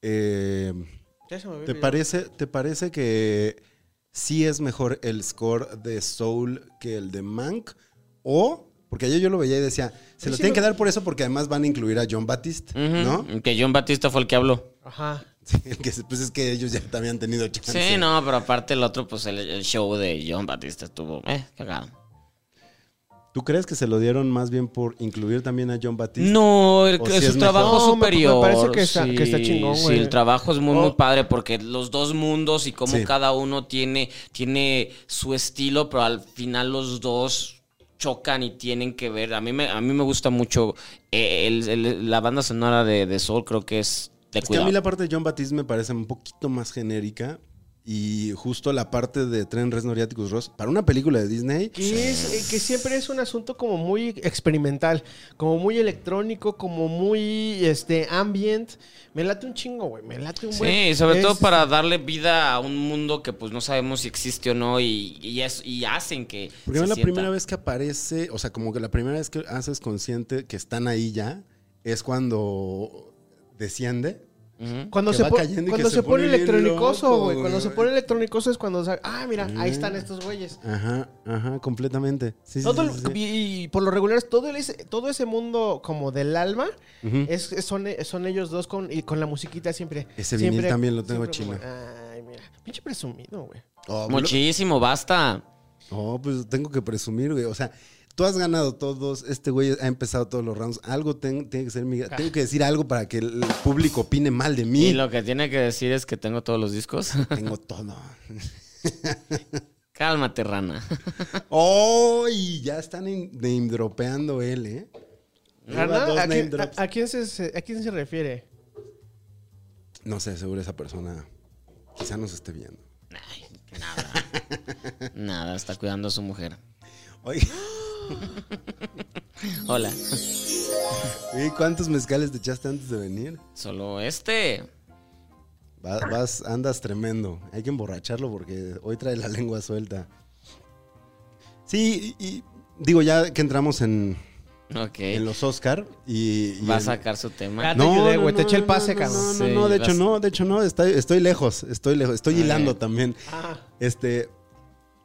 eh, Ya se me había ¿te, olvidado. parece, ¿te parece que sí es mejor el score de Soul que el de Mank? ¿O? Porque ayer yo lo veía y decía, se lo sí tienen lo- que dar por eso porque además van a incluir a John Batiste, Ujú. ¿no? Mm, Ah, Que John Batista fue el que habló. Ajá. Sí, el que se- pues es que ellos ya te habían tenido chance. Sí, no, pero aparte el otro, pues el, el show de John Batista estuvo, eh, cagado. ¿Tú crees que se lo dieron más bien por incluir también a John Batiste? No, el- O es si es un trabajo mejor. No, me- me superior. parece que está- que está chingón, Sí, güey. el trabajo es muy, muy Oh. padre porque los dos mundos y cómo Sí. cada uno tiene, tiene su estilo, pero al final los dos chocan y tienen que ver. A mí me, a mí me gusta mucho eh, el- el- la banda sonora de, de Soul, creo que es de Es que a cuidado. mí la parte de John Batiste me parece un poquito más genérica. Y justo la parte de Tren Reznor y Atticus Ross, para una película de Disney, Que, es, eh, que siempre es un asunto como muy experimental, como muy electrónico, como muy este ambient. Me late un chingo, güey. Me late un Sí, buen. y sobre Es- todo para darle vida a un mundo que pues no sabemos si existe o no y, y, es- y hacen que... Porque se no es la sienta. primera vez que aparece, o sea, como que la primera vez que haces consciente que están ahí ya, es cuando desciende. Ujú. Cuando que se, va po- cayendo y que cuando se se, pone pone bien electrónicoso, loco, güey. Cuando güey. se pone electrónicoso es cuando. sa- Ah, mira, ahí están estos güeyes. Ajá, ajá, completamente. Sí, sí, Todo sí, el- sí, sí. Y, y por lo regular, todo, el- ese, todo ese mundo como del alma es, es- son, eh, son ellos dos con, y con la musiquita siempre. Ese vinil siempre- también lo tengo siempre como- Ay, mira. Pinche presumido, güey. Oh, pues lo- Muchísimo, basta. oh, pues tengo que presumir, güey. O sea, tú has ganado todos, este güey ha empezado todos los rounds. Algo ten- tiene que ser mi... Tengo que decir algo para que el público opine mal de mí. Y lo que tiene que decir es que tengo todos los discos. Tengo todo. Cálmate, rana. ¡Oh! Y ya están in- name dropeando él, ¿eh? Lleva Rana, dos ¿a, name quién, drops. a- a quién se- se, ¿A quién se refiere? No sé, seguro esa persona quizá nos esté viendo. Ay, nada. Nada, está cuidando a su mujer. Oye, Hola. ¿y ¿cuántos mezcales te echaste antes de venir? Solo este. Va- Vas, andas tremendo. Hay que emborracharlo porque hoy trae la lengua suelta. Sí, y, y digo, ya que entramos en, Ok. en los Oscar y... y Va Eh. a el- sacar su Ah, tema. te ayudé, güey, te eché el pase, no, cabrón. No, no, Sí, no, de vas- hecho no, de hecho no, estoy, estoy lejos, estoy lejos, estoy Ah, hilando ya. también. Ah. Este,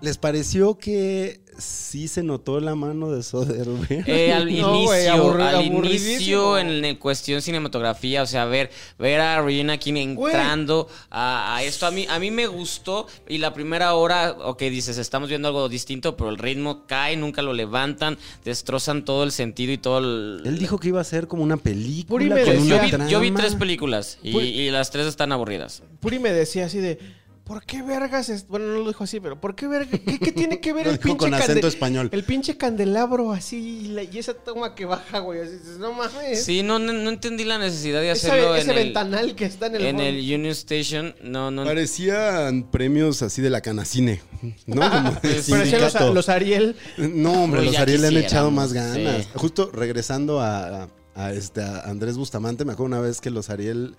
¿les pareció que sí se notó la mano de Soderbergh? Eh, al No, güey, inicio, aburri- al aburridísimo. inicio en, el cuestión cinematografía, o sea, ver, ver a Regina King Güey. entrando a, a esto, a mí, a mí me gustó y la primera hora, ok, dices, estamos viendo algo distinto, pero el ritmo cae, nunca lo levantan, destrozan todo el sentido y todo el... Él dijo que iba a ser como una Puri película me con Pues una yo, vi, yo vi trama. tres películas y, Pues- y las tres están aburridas. Puri me decía así de, ¿por qué vergas? es-" Bueno, no lo dijo así, pero ¿por qué vergas? ¿Qué, qué tiene que ver Lo el dijo pinche con acento cande- español. El pinche candelabro así y, la- y esa toma que baja, güey. Así dices, no mames. Sí, no, no, no entendí la necesidad de Esa- hacerlo ¿Eh? ese en, el, ventanal que está en el. en fondo. el Union Station. No, no. Parecían premios así de la canacine, ¿no? Como de Parecían los, sindicato. los Ariel. No, hombre, Uy, los ya Ariel le han quisiéramos, echado más ganas. sí. Justo regresando a, a- a este, a Andrés Bustamante, me acuerdo una vez que los Ariel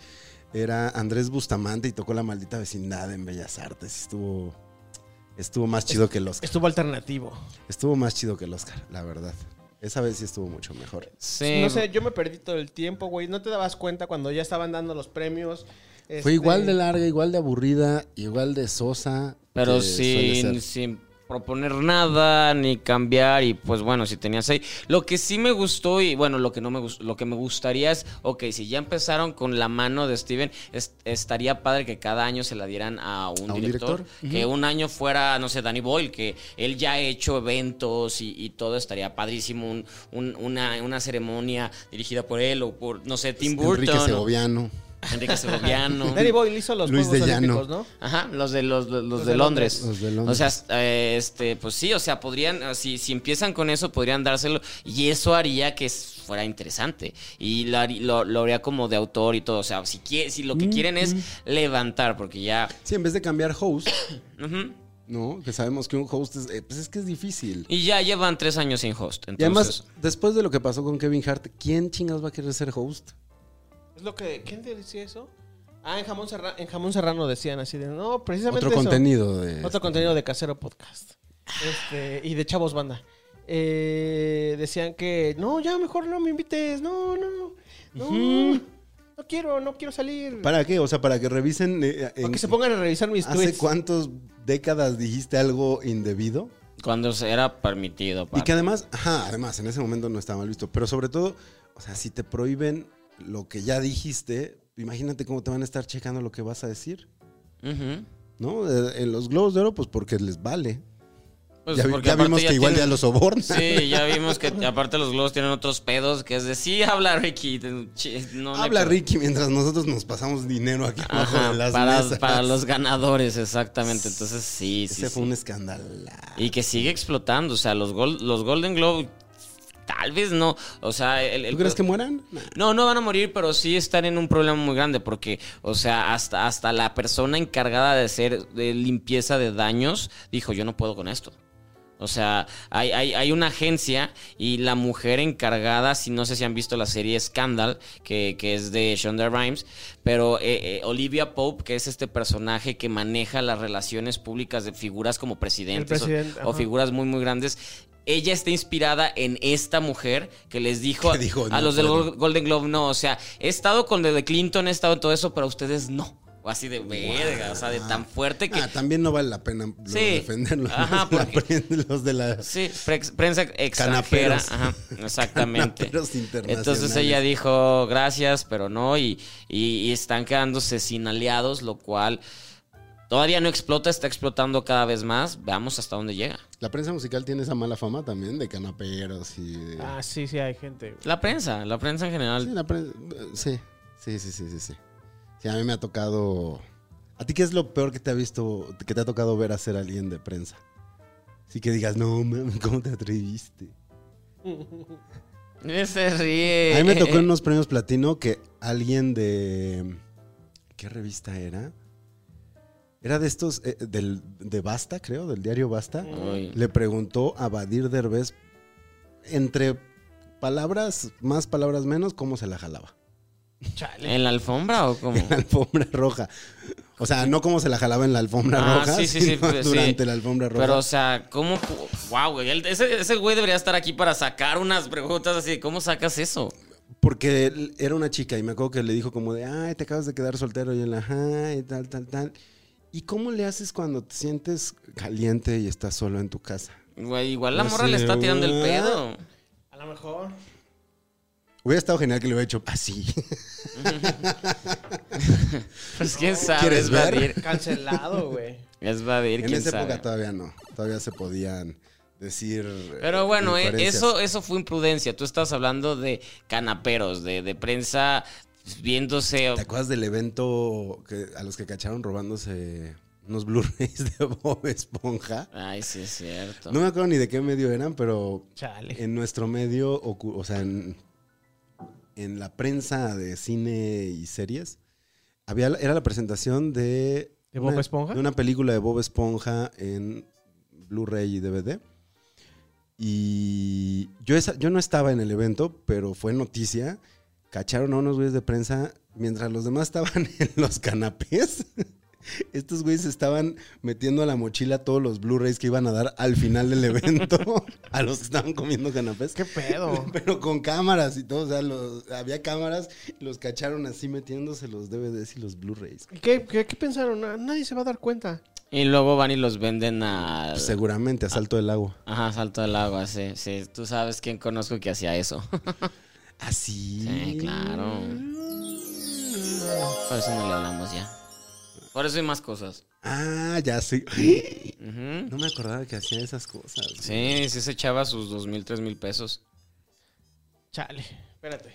era Andrés Bustamante y tocó la maldita vecindad en Bellas Artes. y Estuvo, estuvo más chido que el Oscar. Estuvo alternativo. Estuvo más chido que el Oscar, la verdad. Esa vez sí estuvo mucho mejor. Sí. No sé, yo me perdí todo el tiempo, güey. No te dabas cuenta cuando ya estaban dando los premios. Fue Este, igual de larga, igual de aburrida, igual de sosa. Pero que suele sin, ser. sin proponer nada ni cambiar y pues bueno, si tenía seis. Lo que sí me gustó y bueno, lo que no me gustó, lo que me gustaría es, ok, si ya empezaron con la mano de Steven, es- estaría padre que cada año se la dieran a un, ¿A un director, director? Que un año fuera, no sé, Danny Boyle, que él ya ha hecho eventos y, y todo, estaría padrísimo un- un- una, una ceremonia dirigida por él o por, no sé, Tim Pues Enrique Burton. o- Segoviano. Enrique Segoviano. Danny Boyle hizo los Luis Juegos de Llano. Olímpicos, ¿no? Ajá, los de los, los- los Los de, de Londres. Londres. Los de Londres. O sea, eh, este, pues sí, o sea, podrían, eh, si, si empiezan con eso, podrían dárselo. Y eso haría que s- fuera interesante. Y lo, harí- lo, lo haría como de autor y todo. O sea, si, quie- si lo Mm, que quieren es levantar, porque ya. Sí, en vez de cambiar host, ujú. ¿no? Que sabemos que un host es, eh, pues es que es difícil. Y ya llevan tres años sin host. Entonces, y además, después de lo que pasó con Kevin Hart, ¿quién chingas va a querer ser host? Es lo que. ¿Quién te decía eso? Ah, en Jamón, Serra- en Jamón Serrano decían así de. No, precisamente. Otro eso. contenido de... Otro contenido de Casero Podcast. Este, y de Chavos Banda. Eh, decían que. No, ya mejor no me invites. No, no. No. No quiero, no quiero salir. ¿Para qué? O sea, para que revisen... eh, eh, Para en- que se pongan a revisar mis ¿Hace tweets. cuántas décadas dijiste algo indebido? cuando se era permitido. Y para- que además, ajá, además, en ese momento no estaba mal visto. Pero sobre todo, o sea, si te prohíben lo que ya dijiste, imagínate cómo te van a estar checando lo que vas a decir, Ujú. ¿no? Eh, En los Globos de Oro, pues porque les vale. Pues, ya vi- porque ya aparte vimos que igual tienen- ya los sobornan. Sí, ya vimos que aparte los globos tienen otros pedos, que es de sí, habla Ricky. Ch- no me Habla acuerdo. Ricky mientras nosotros nos pasamos dinero aquí abajo Ajá, de las para, mesas. para los ganadores, exactamente. Entonces, sí, sí. Ese fue sí. un escándalo. Y que sigue explotando. O sea, los, gol- los Golden Globe, tal vez no. O sea, el, el- ¿Tú crees que mueran? Nah. No, no van a morir, pero sí están en un problema muy grande porque, o sea, hasta, hasta la persona encargada de hacer de limpieza de daños dijo, yo no puedo con esto. O sea, hay, hay, hay una agencia y la mujer encargada, si no sé si han visto la serie Scandal, que, que es de Shonda Rhimes, pero eh, eh, Olivia Pope, que es este personaje que maneja las relaciones públicas de figuras como presidentes o- presidente, o, ajá. figuras muy, muy grandes, ella está inspirada en esta mujer que les dijo, Que dijo, a "No los del puedo". Gol- Golden Globe, no, o sea, he estado con el de Clinton, he estado en todo eso, pero ustedes no. O así de verga, o sea, de tan fuerte que Ah, también no vale la pena lo- Sí. defenderlo. Ajá, La porque- pre- los de la... Sí, pre- prensa extranjera. Canaperos. Ajá, exactamente. Canaperos internacionales. Entonces ella dijo gracias, pero no, y, y- y están quedándose sin aliados, lo cual todavía no explota, está explotando cada vez más. Veamos hasta dónde llega. La prensa musical tiene esa mala fama también de canaperos y... de- Ah, sí, sí, hay gente. güey. La prensa, la prensa en Sí, general. la pre- eh, sí, sí, sí, sí, sí, sí. Sí, a mí me ha tocado... ¿A ti qué es lo peor que te ha visto, que te ha tocado ver hacer a alguien de prensa? Así que digas, no, mames, ¿cómo te atreviste? Se ríe. A mí me tocó en unos premios platino que alguien de... ¿Qué revista era? Era de estos, eh, del, de Basta, creo, del diario Basta. Ay. Le preguntó a Badir Derbez, entre palabras, más palabras menos, cómo se la jalaba. ¿En la alfombra o cómo? En la alfombra roja. O sea, no cómo se la jalaba en la alfombra Ah, roja, sí, sí, sí, sino pues, sí. durante la alfombra roja. Pero, o sea, ¿cómo? Wow, güey. él- Ese, ese güey debería estar aquí para sacar unas preguntas así. de, ¿Cómo sacas eso? Porque él era una chica y me acuerdo que le dijo como de, ay, te acabas de quedar soltero y en la, ajá, y tal, tal, tal. ¿Y cómo le haces cuando te sientes caliente y estás solo en tu casa? Güey, igual la No morra sé, le está tirando el ¿verdad? pedo. A lo mejor. Hubiera estado genial que le hubiera hecho así. Pues quién sabe, ¿Quieres es ver? Badir. Cancelado, güey. Es Badir, en quién esa sabe. época todavía no. Todavía se podían decir. eh, Pero bueno, eh, incoherencias. eso, eso fue imprudencia. Tú estás hablando de canaperos, de, de prensa viéndose. ¿Te acuerdas del evento que, a los que cacharon robándose unos Blu-rays de Bob Esponja? Ay, sí, es cierto. No me acuerdo ni de qué medio eran, pero Chale. En nuestro medio, ocu- o sea, en, en la prensa de cine y series, había, la- era la presentación de... ¿De Bob una- Esponja? De una película de Bob Esponja en Blu-ray y DVD. Y yo, esa- yo no estaba en el evento, pero fue noticia. Cacharon a unos güeyes de prensa mientras los demás estaban en los canapés. Estos güeyes estaban metiendo a la mochila todos los Blu-rays que iban a dar al final del evento a los que estaban comiendo canapés. ¿Qué pedo? Pero con cámaras y todo, o sea, los- había cámaras, los cacharon así metiéndose los DVDs y los Blu-rays. ¿Qué, qué, qué pensaron? Ah, Nadie se va a dar cuenta. Y luego van y los venden a. Pues seguramente, Ah. a salto del agua. Ajá, salto del agua, sí, sí. Tú sabes quién conozco que hacía eso. ¿Ah, Así. Sí, claro. Por eso no le hablamos ya. Por eso hay más cosas. Ah, ya sí. Ujú. No me acordaba que hacía esas cosas. Sí, sí se echaba sus dos mil, tres mil pesos. Chale. Espérate.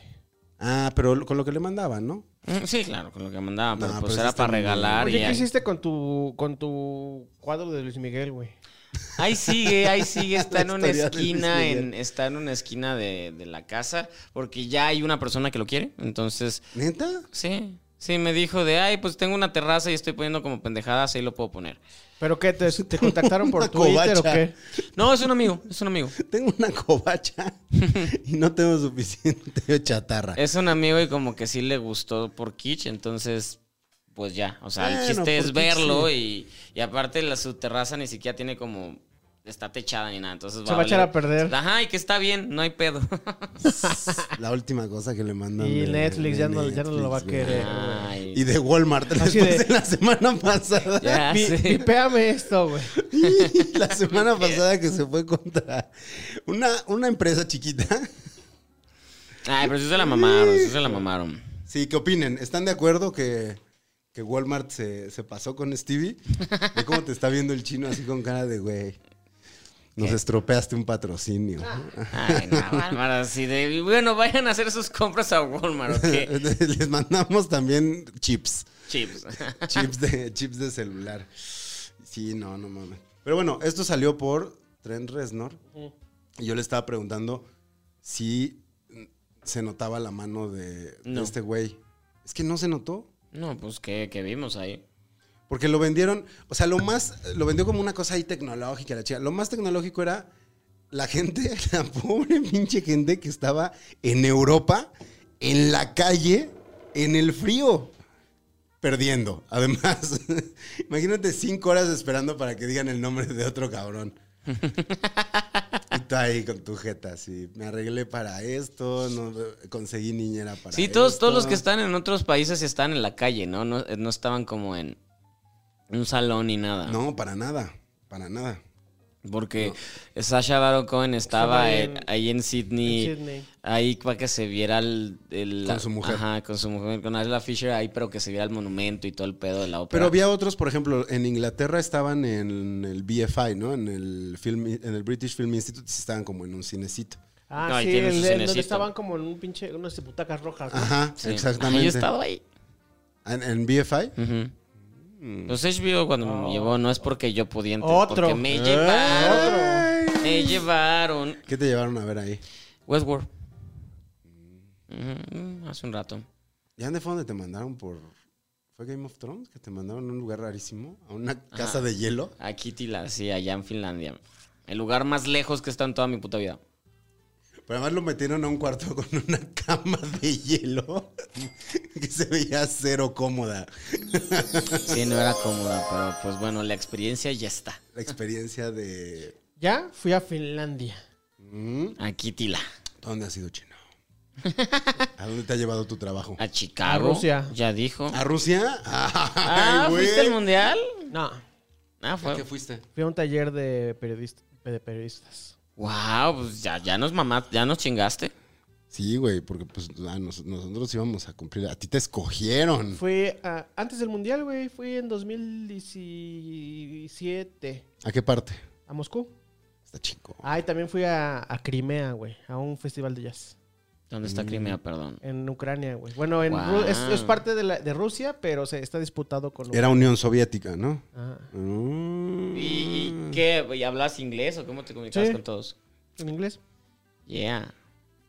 Ah, pero con lo que le mandaban, ¿no? Mm, Sí, claro, con lo que mandaban, pero No, pues pero sí era está para muy bueno. regalar. Oye, y Pues, ¿qué ahí- hiciste con tu, con tu cuadro de Luis Miguel, güey? Ahí sigue, ahí sigue, está La en una historia de Luis esquina, Miguel. en, está en una esquina de, de la casa, porque ya hay una persona que lo quiere. Entonces, ¿Neta? sí, sí, me dijo de, ay, pues tengo una terraza y estoy poniendo como pendejadas, ahí lo puedo poner. ¿Pero qué? ¿Te, te contactaron por Una Twitter o covacha. qué? No, es un amigo, es un amigo. Tengo una covacha y no tengo suficiente chatarra. Es un amigo y como que sí le gustó por Kitsch, entonces, pues ya. O sea, el Bueno, chiste es por Kitsch, verlo y, y aparte la, su terraza ni siquiera tiene como... Está techada ni nada, entonces Se va a echar valer- a perder. Ajá, y que está bien, no hay pedo. La última cosa que le mandan. Y de- Netflix de ya no, ya no lo va a Netflix, güey. querer. Ay. Y de Walmart Así después de- de... la semana pasada. Ya Vi- sé. Vipéame esto, güey. la semana pasada que se fue contra una, una empresa chiquita. Ay, pero sí se la mamaron, sí se la mamaron. Sí, ¿qué opinen? ¿Están de acuerdo que, que Walmart se, se pasó con Stevie? Ve cómo te está viendo el chino así con cara de güey. Nos estropeaste un patrocinio. Ah. Ay, no, Bárbara, así de. Bueno, vayan a hacer sus compras a Walmart, ¿ok? Les mandamos también chips. Chips. chips de chips de celular. Sí, no, no mames. Pero bueno, esto salió por Trent Reznor. Y yo le estaba preguntando si se notaba la mano de, de No. este güey. Es que no se notó. No, pues que, vimos ahí. Porque lo vendieron, o sea, lo más, lo vendió como una cosa ahí tecnológica, la chica. Lo más tecnológico era la gente, la pobre pinche gente que estaba en Europa, en la calle, en el frío, perdiendo. Además, imagínate cinco horas esperando para que digan el nombre de otro cabrón. Y tú ahí con tu jeta, así, me arreglé para esto, no, conseguí niñera para Sí, todos, todos los esto". que están en otros países están en la calle, ¿no? No, no estaban como en un salón ni nada. No, para nada, para nada. Porque Sasha Baron Cohen estaba, Estaba ahí en- en- ahí en Sydney. en Sydney. Ahí para que se viera el, el- Con su mujer. Ajá, con su mujer, con Angela Fisher ahí, pero que se viera el monumento y todo el pedo de la ópera. Pero había otros, por ejemplo, en Inglaterra estaban en el BFI, ¿no? En el film, en el British Film Institute sí estaban como en un cinecito. Ah, No, y sí, tiene su el, el donde cinecito. estaban como en un pinche, unas butacas rojas. ¿no? Ajá, Sí. Ahí he exactamente. estado ahí. En, en BFI. Ujú. Pues HBO cuando me llevó no es porque yo podía entrar, Oh. Otro. porque me Eh. Ay. llevaron. Me llevaron ¿Qué te llevaron a ver ahí? Westworld. Ujú, mm, Hace un rato. ¿Ya dónde fue donde te mandaron por fue Game of Thrones que te mandaron a un lugar rarísimo, a una casa de hielo? A Kitty la sí, allá en Finlandia. El lugar más lejos que está en toda mi puta vida. Pero además lo metieron a un cuarto con una cama de hielo que se veía cero cómoda. Sí, no era cómoda, pero pues bueno, la experiencia ya está. La experiencia de Ya fui a Finlandia. ¿Mm? A Kitty la. ¿Dónde has ido, chino? ¿A dónde te ha llevado tu trabajo? A Chicago. A Rusia. Ya dijo. ¿A Rusia? Ah, Ay, güey. ¿fuiste al mundial? No, Ah, ¿A qué fue. fuiste? fui a un taller de, periodista- de periodistas. Wow, pues ya, ya nos mamá, ya nos chingaste. Sí, güey, porque pues a nos- nosotros íbamos a cumplir. A ti te escogieron. Fui a- antes del Mundial, güey, fui en 2017 ¿A qué parte? a Moscú. Está chico. Ah, y también fui a, a Crimea, güey, a un festival de jazz. ¿Dónde Mm. está Crimea, perdón? En Ucrania, güey. Bueno, en Wow. Ru- es, es parte de, la- de Rusia, pero se está disputado con Ah, Era Unión Soviética, ¿no? Ajá. Mm. ¿Y, y qué? ¿Y hablas inglés o cómo te comunicabas Sí. con todos? ¿En inglés? Yeah.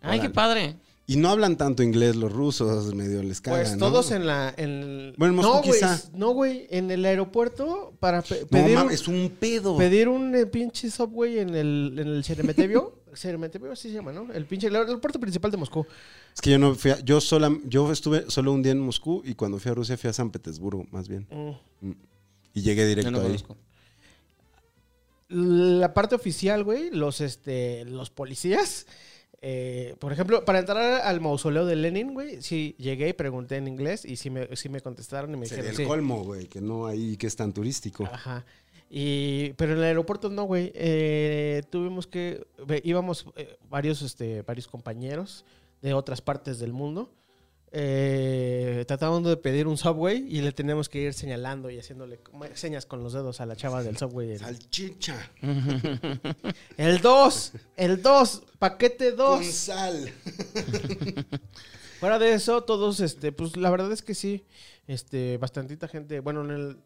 Ay, Órale. qué padre. Y no hablan tanto inglés los rusos, medio les cagan, Pues ¿no? todos en la... En... Bueno, en Moscú no, güey, quizá. s- No, güey, en el aeropuerto para pe- No, pedir, mames, es un pedo. un, pedir un eh, pinche subway en el, en el Sheremetyevo. Sheremetyevo así se llama, ¿no? El pinche el aeropuerto principal de Moscú. Es que yo no fui a- yo sola, yo estuve solo un día en Moscú y cuando fui a Rusia fui a San Petersburgo, más bien. Mm. Y llegué Yo directo no ahí. conozco. la parte oficial, güey, los, este, los policías, eh, por ejemplo, para entrar al mausoleo de Lenin, güey, sí llegué y pregunté en inglés y sí me, sí me contestaron y me Sería dijeron el sí. colmo, güey, que no hay, que es tan turístico. Ajá. Y, pero en el aeropuerto no, güey. Eh, tuvimos que. ve- íbamos eh, varios, este, varios compañeros de otras partes del mundo. Eh, tratando de pedir un subway y le teníamos que ir señalando y haciéndole como señas con los dedos a la chava del subway. El- Salchicha El 2, el 2, paquete con 2. sal. Fuera de eso, todos, este, pues la verdad es que sí, este, bastantita gente, bueno, en el,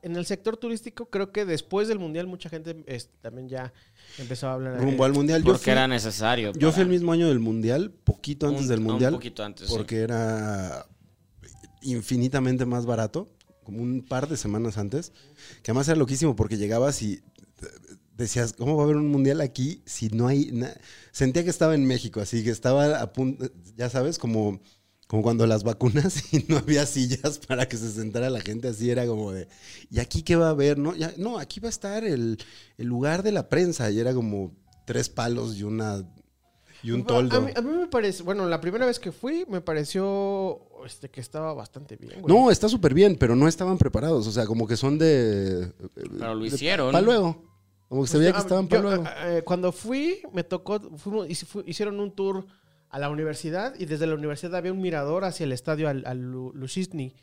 en el sector turístico creo que después del Mundial mucha gente este, también ya empezó a hablar. eh, Rumbo al mundial. Yo Porque fui, era necesario. yo para- fui el mismo año del mundial, poquito antes Un- del un mundial. poquito antes, sí. Porque era infinitamente más barato, como un par de semanas antes. Que además era loquísimo porque llegabas y eh, decías, ¿cómo va a haber un mundial aquí si no hay na-?" Sentía que estaba en México, así que estaba a punto, ya sabes, como, como cuando las vacunas y no había sillas para que se sentara la gente, así era como de, ¿y aquí qué va a haber? No, Ya- no aquí va a estar el, el lugar de la prensa y era como tres palos y una... Y un Pues, Bueno, toldo. A mí, a mí me parece, bueno, la primera vez que fui me pareció este, que estaba bastante bien. güey. No, está súper bien, pero no estaban preparados. O sea, como que son de. Pero lo hicieron. Para luego. Como que se veía que Ah, estaban yo, para luego. eh, eh, cuando fui, me tocó, fuimos, hici- fu- hicieron un tour a la universidad y desde la universidad había un mirador hacia el estadio al, al Lu- Lushizny,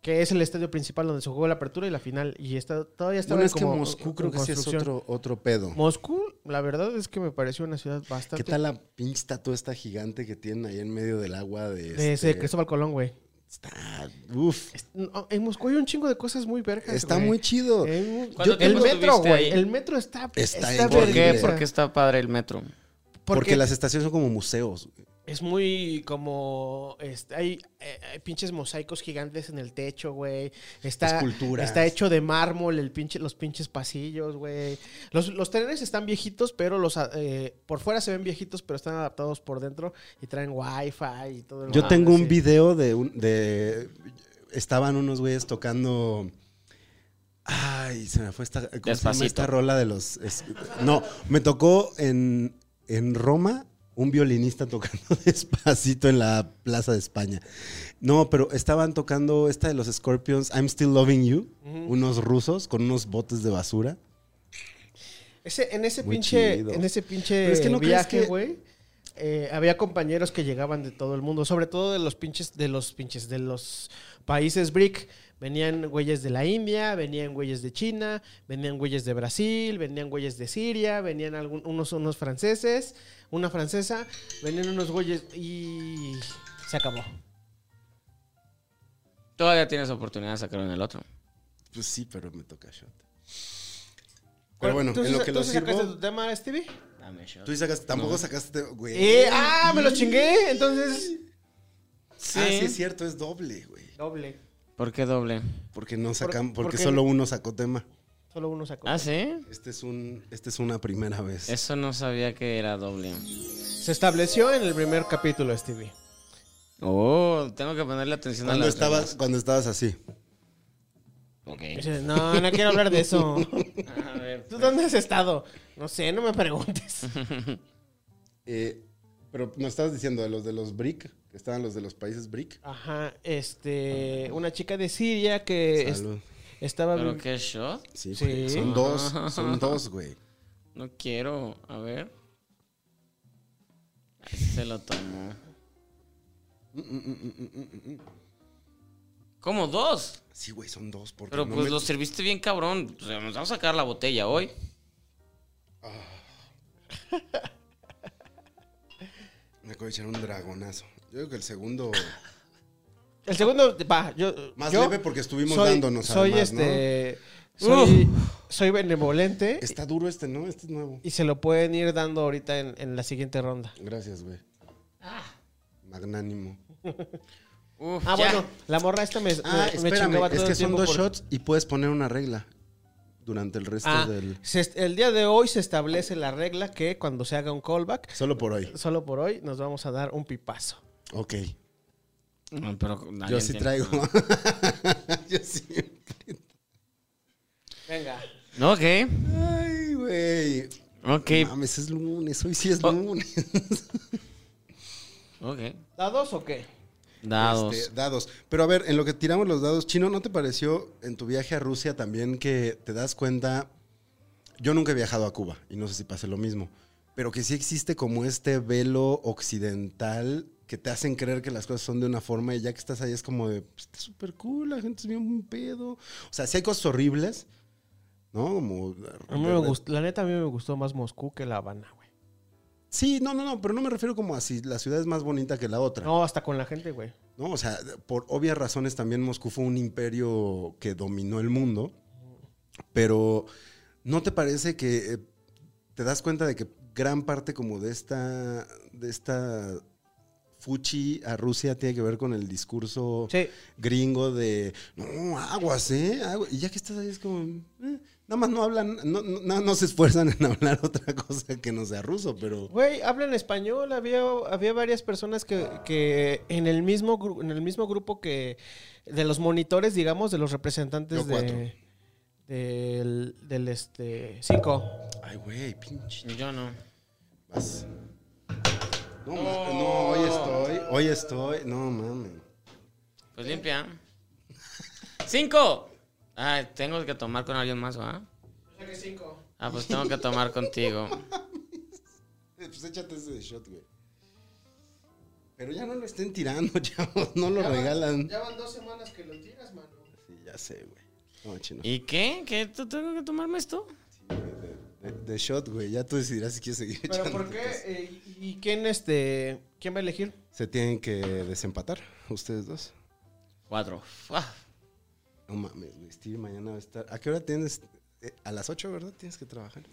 que es el estadio principal donde se jugó la apertura y la final. Y está, todavía estaba Bueno, es que como Moscú en creo que sí es construcción. otro, otro pedo. Moscú, la verdad es que me pareció una ciudad ¿Qué bastante... tal la pinche estatua esta gigante que tienen ahí en medio del agua de. De ese este- Cristóbal Colón, güey. Está. Uf. Es- no, en Moscú hay un chingo de cosas muy vergas, Está güey. muy chido. Eh, ¿Cuánto yo- el tiempo metro, estuviste güey. ahí? El metro está. Está ¿Por qué? Horrible. Porque está padre el metro. porque, las estaciones son como museos. Es muy como. este, hay, eh, hay pinches mosaicos gigantes en el techo, güey. Está, Esculturas. está hecho de mármol el pinche, los pinches pasillos, güey. Los, los trenes están viejitos, pero los ah, eh, por fuera se ven viejitos, pero están adaptados por dentro y traen wifi y todo. el Yo rollo, tengo un Ah, sí. video de un- de estaban unos güeyes tocando ay, se me fue esta ¿cómo se llama Despacito. esta rola de los es- No, me tocó en en Roma un violinista tocando despacito en la Plaza de España. No, pero estaban tocando esta de los Scorpions, I'm Still Loving You, unos rusos con unos botes de basura. Ese- en ese Muy pinche, chido. en ese pinche Pero es que no crees viaje, que- güey. eh, había compañeros que llegaban de todo el mundo, sobre todo de los pinches, de los pinches, de los países BRIC. Venían güeyes de la India, venían güeyes de China, venían güeyes de Brasil, venían güeyes de Siria, venían algún- unos, unos franceses, una francesa, venían unos güeyes y se acabó. Todavía tienes oportunidad de sacarlo en el otro. Pues sí, pero me toca shot. Pero bueno, ¿Tú en sí lo sa- que ¿tú lo sí sacaste sirvo, tu tema, Stevie? Dame shot. tú sí sacaste, tampoco sacaste, güey. Eh, ¡Ah! ¡Me lo chingué! Entonces. Sí. Ah, sí es cierto, es doble, güey. Doble. ¿Por qué doble? Porque no sacan, por porque qué? solo uno sacó tema. Solo uno sacó. ¿Ah, sí? Este es un, este es una primera vez. Eso no sabía que era doble. Se estableció en el primer capítulo, Stevie. Oh, tengo que ponerle atención a cuando la estabas, cuando estabas así. Ok. Dices, no, no quiero hablar de eso. A ver. ¿Tú dónde has estado? No sé, no me preguntes. Eh, pero nos estabas diciendo de los de los BRIC, que estaban los de los países BRIC. Ah, Ajá, este, una chica de Siria que es- Salud. estaba... ¿Pero qué shot? Sí, Sí. güey, son dos, son dos, güey. No quiero. A ver. Ay, Se lo tomó. ¿Cómo dos? Sí, güey, son dos. Porque Pero no pues me- lo serviste bien cabrón. O sea, nos vamos a sacar la botella hoy. me acabo de echar un dragonazo. Yo creo que el segundo El segundo, va, yo... más yo leve porque estuvimos soy- dándonos. Soy además, ¿no? este... Soy, soy benevolente Está duro este, ¿no? Este es nuevo. y se lo pueden ir dando ahorita en, en la siguiente ronda. Gracias, güey. Magnánimo. Uf, ya. Ah, bueno, la morra esta me, me- Ah, Eh, me espérame, chingaba todo es el que son tiempo dos por- shots y puedes poner una regla durante el resto Ah, del... se est- el día de hoy se establece la regla que cuando se haga un callback, Solo por hoy. solo por hoy nos vamos a dar un pipazo. Ok. No, pero nadie Yo sí entiende. traigo. Yo sí. Venga. Ok. Ay, güey. Ok. Mames, es lunes. Hoy sí es Oh. lunes. Ok. ¿Dados o qué? Dados. Este, dados. Pero a ver, en lo que tiramos los dados, Chino, ¿no te pareció en tu viaje a Rusia también que te das cuenta? Yo nunca he viajado a Cuba y no sé si pase lo mismo, pero que sí existe como este velo occidental que te hacen creer que las cosas son de una forma y ya que estás ahí es como de, pues, está súper cool, la gente es bien un pedo. O sea, sí hay cosas horribles, ¿no? Como... A mí me gustó, la neta a mí me gustó más Moscú que La Habana, güey. Sí, no, no, no, pero no me refiero como a si la ciudad es más bonita que la otra. No, hasta con la gente, güey. ¿no? O sea, por obvias razones también Moscú fue un imperio que dominó el mundo, pero ¿no te parece que eh, te das cuenta de que gran parte como de esta, de esta fuchi a Rusia tiene que ver con el discurso Sí. gringo de, no, aguas, ¿eh? Agua-". Y ya que estás ahí es como, "Eh", nada más no hablan, no, no- no- no se esfuerzan en hablar otra cosa que no sea ruso, pero... Güey, hablan español. Había, había varias personas que, que en, el mismo, gru- en el mismo grupo que de los monitores, digamos, de los representantes Yo cuatro. de, del, del este 5. Ay, güey, pinche Yo no. Vas. No, ma- no, hoy estoy, hoy estoy, no mames. Pues limpia. ¡Cinco! Ah, tengo que tomar con alguien más, ¿va? Ah, pues tengo que tomar contigo. Eh, Pues échate ese de shot, güey. Pero ya no lo estén tirando, chavos, no lo regalan. Ya van dos semanas que lo tiras, mano. Sí, ya sé, güey. No, chino. ¿Y qué? ¿Qué ¿Tú tengo que tomarme esto? De, de shot, güey, ya tú decidirás si quieres seguir ¿Pero por echándote qué? cosas. Eh, ¿Y y quién, este, quién va a elegir? Se tienen que desempatar, ustedes dos. Cuatro. Ah, No mames, güey, Steve mañana va a estar... ¿A qué hora tienes? Eh, a las 8, ¿verdad? Tienes que trabajar.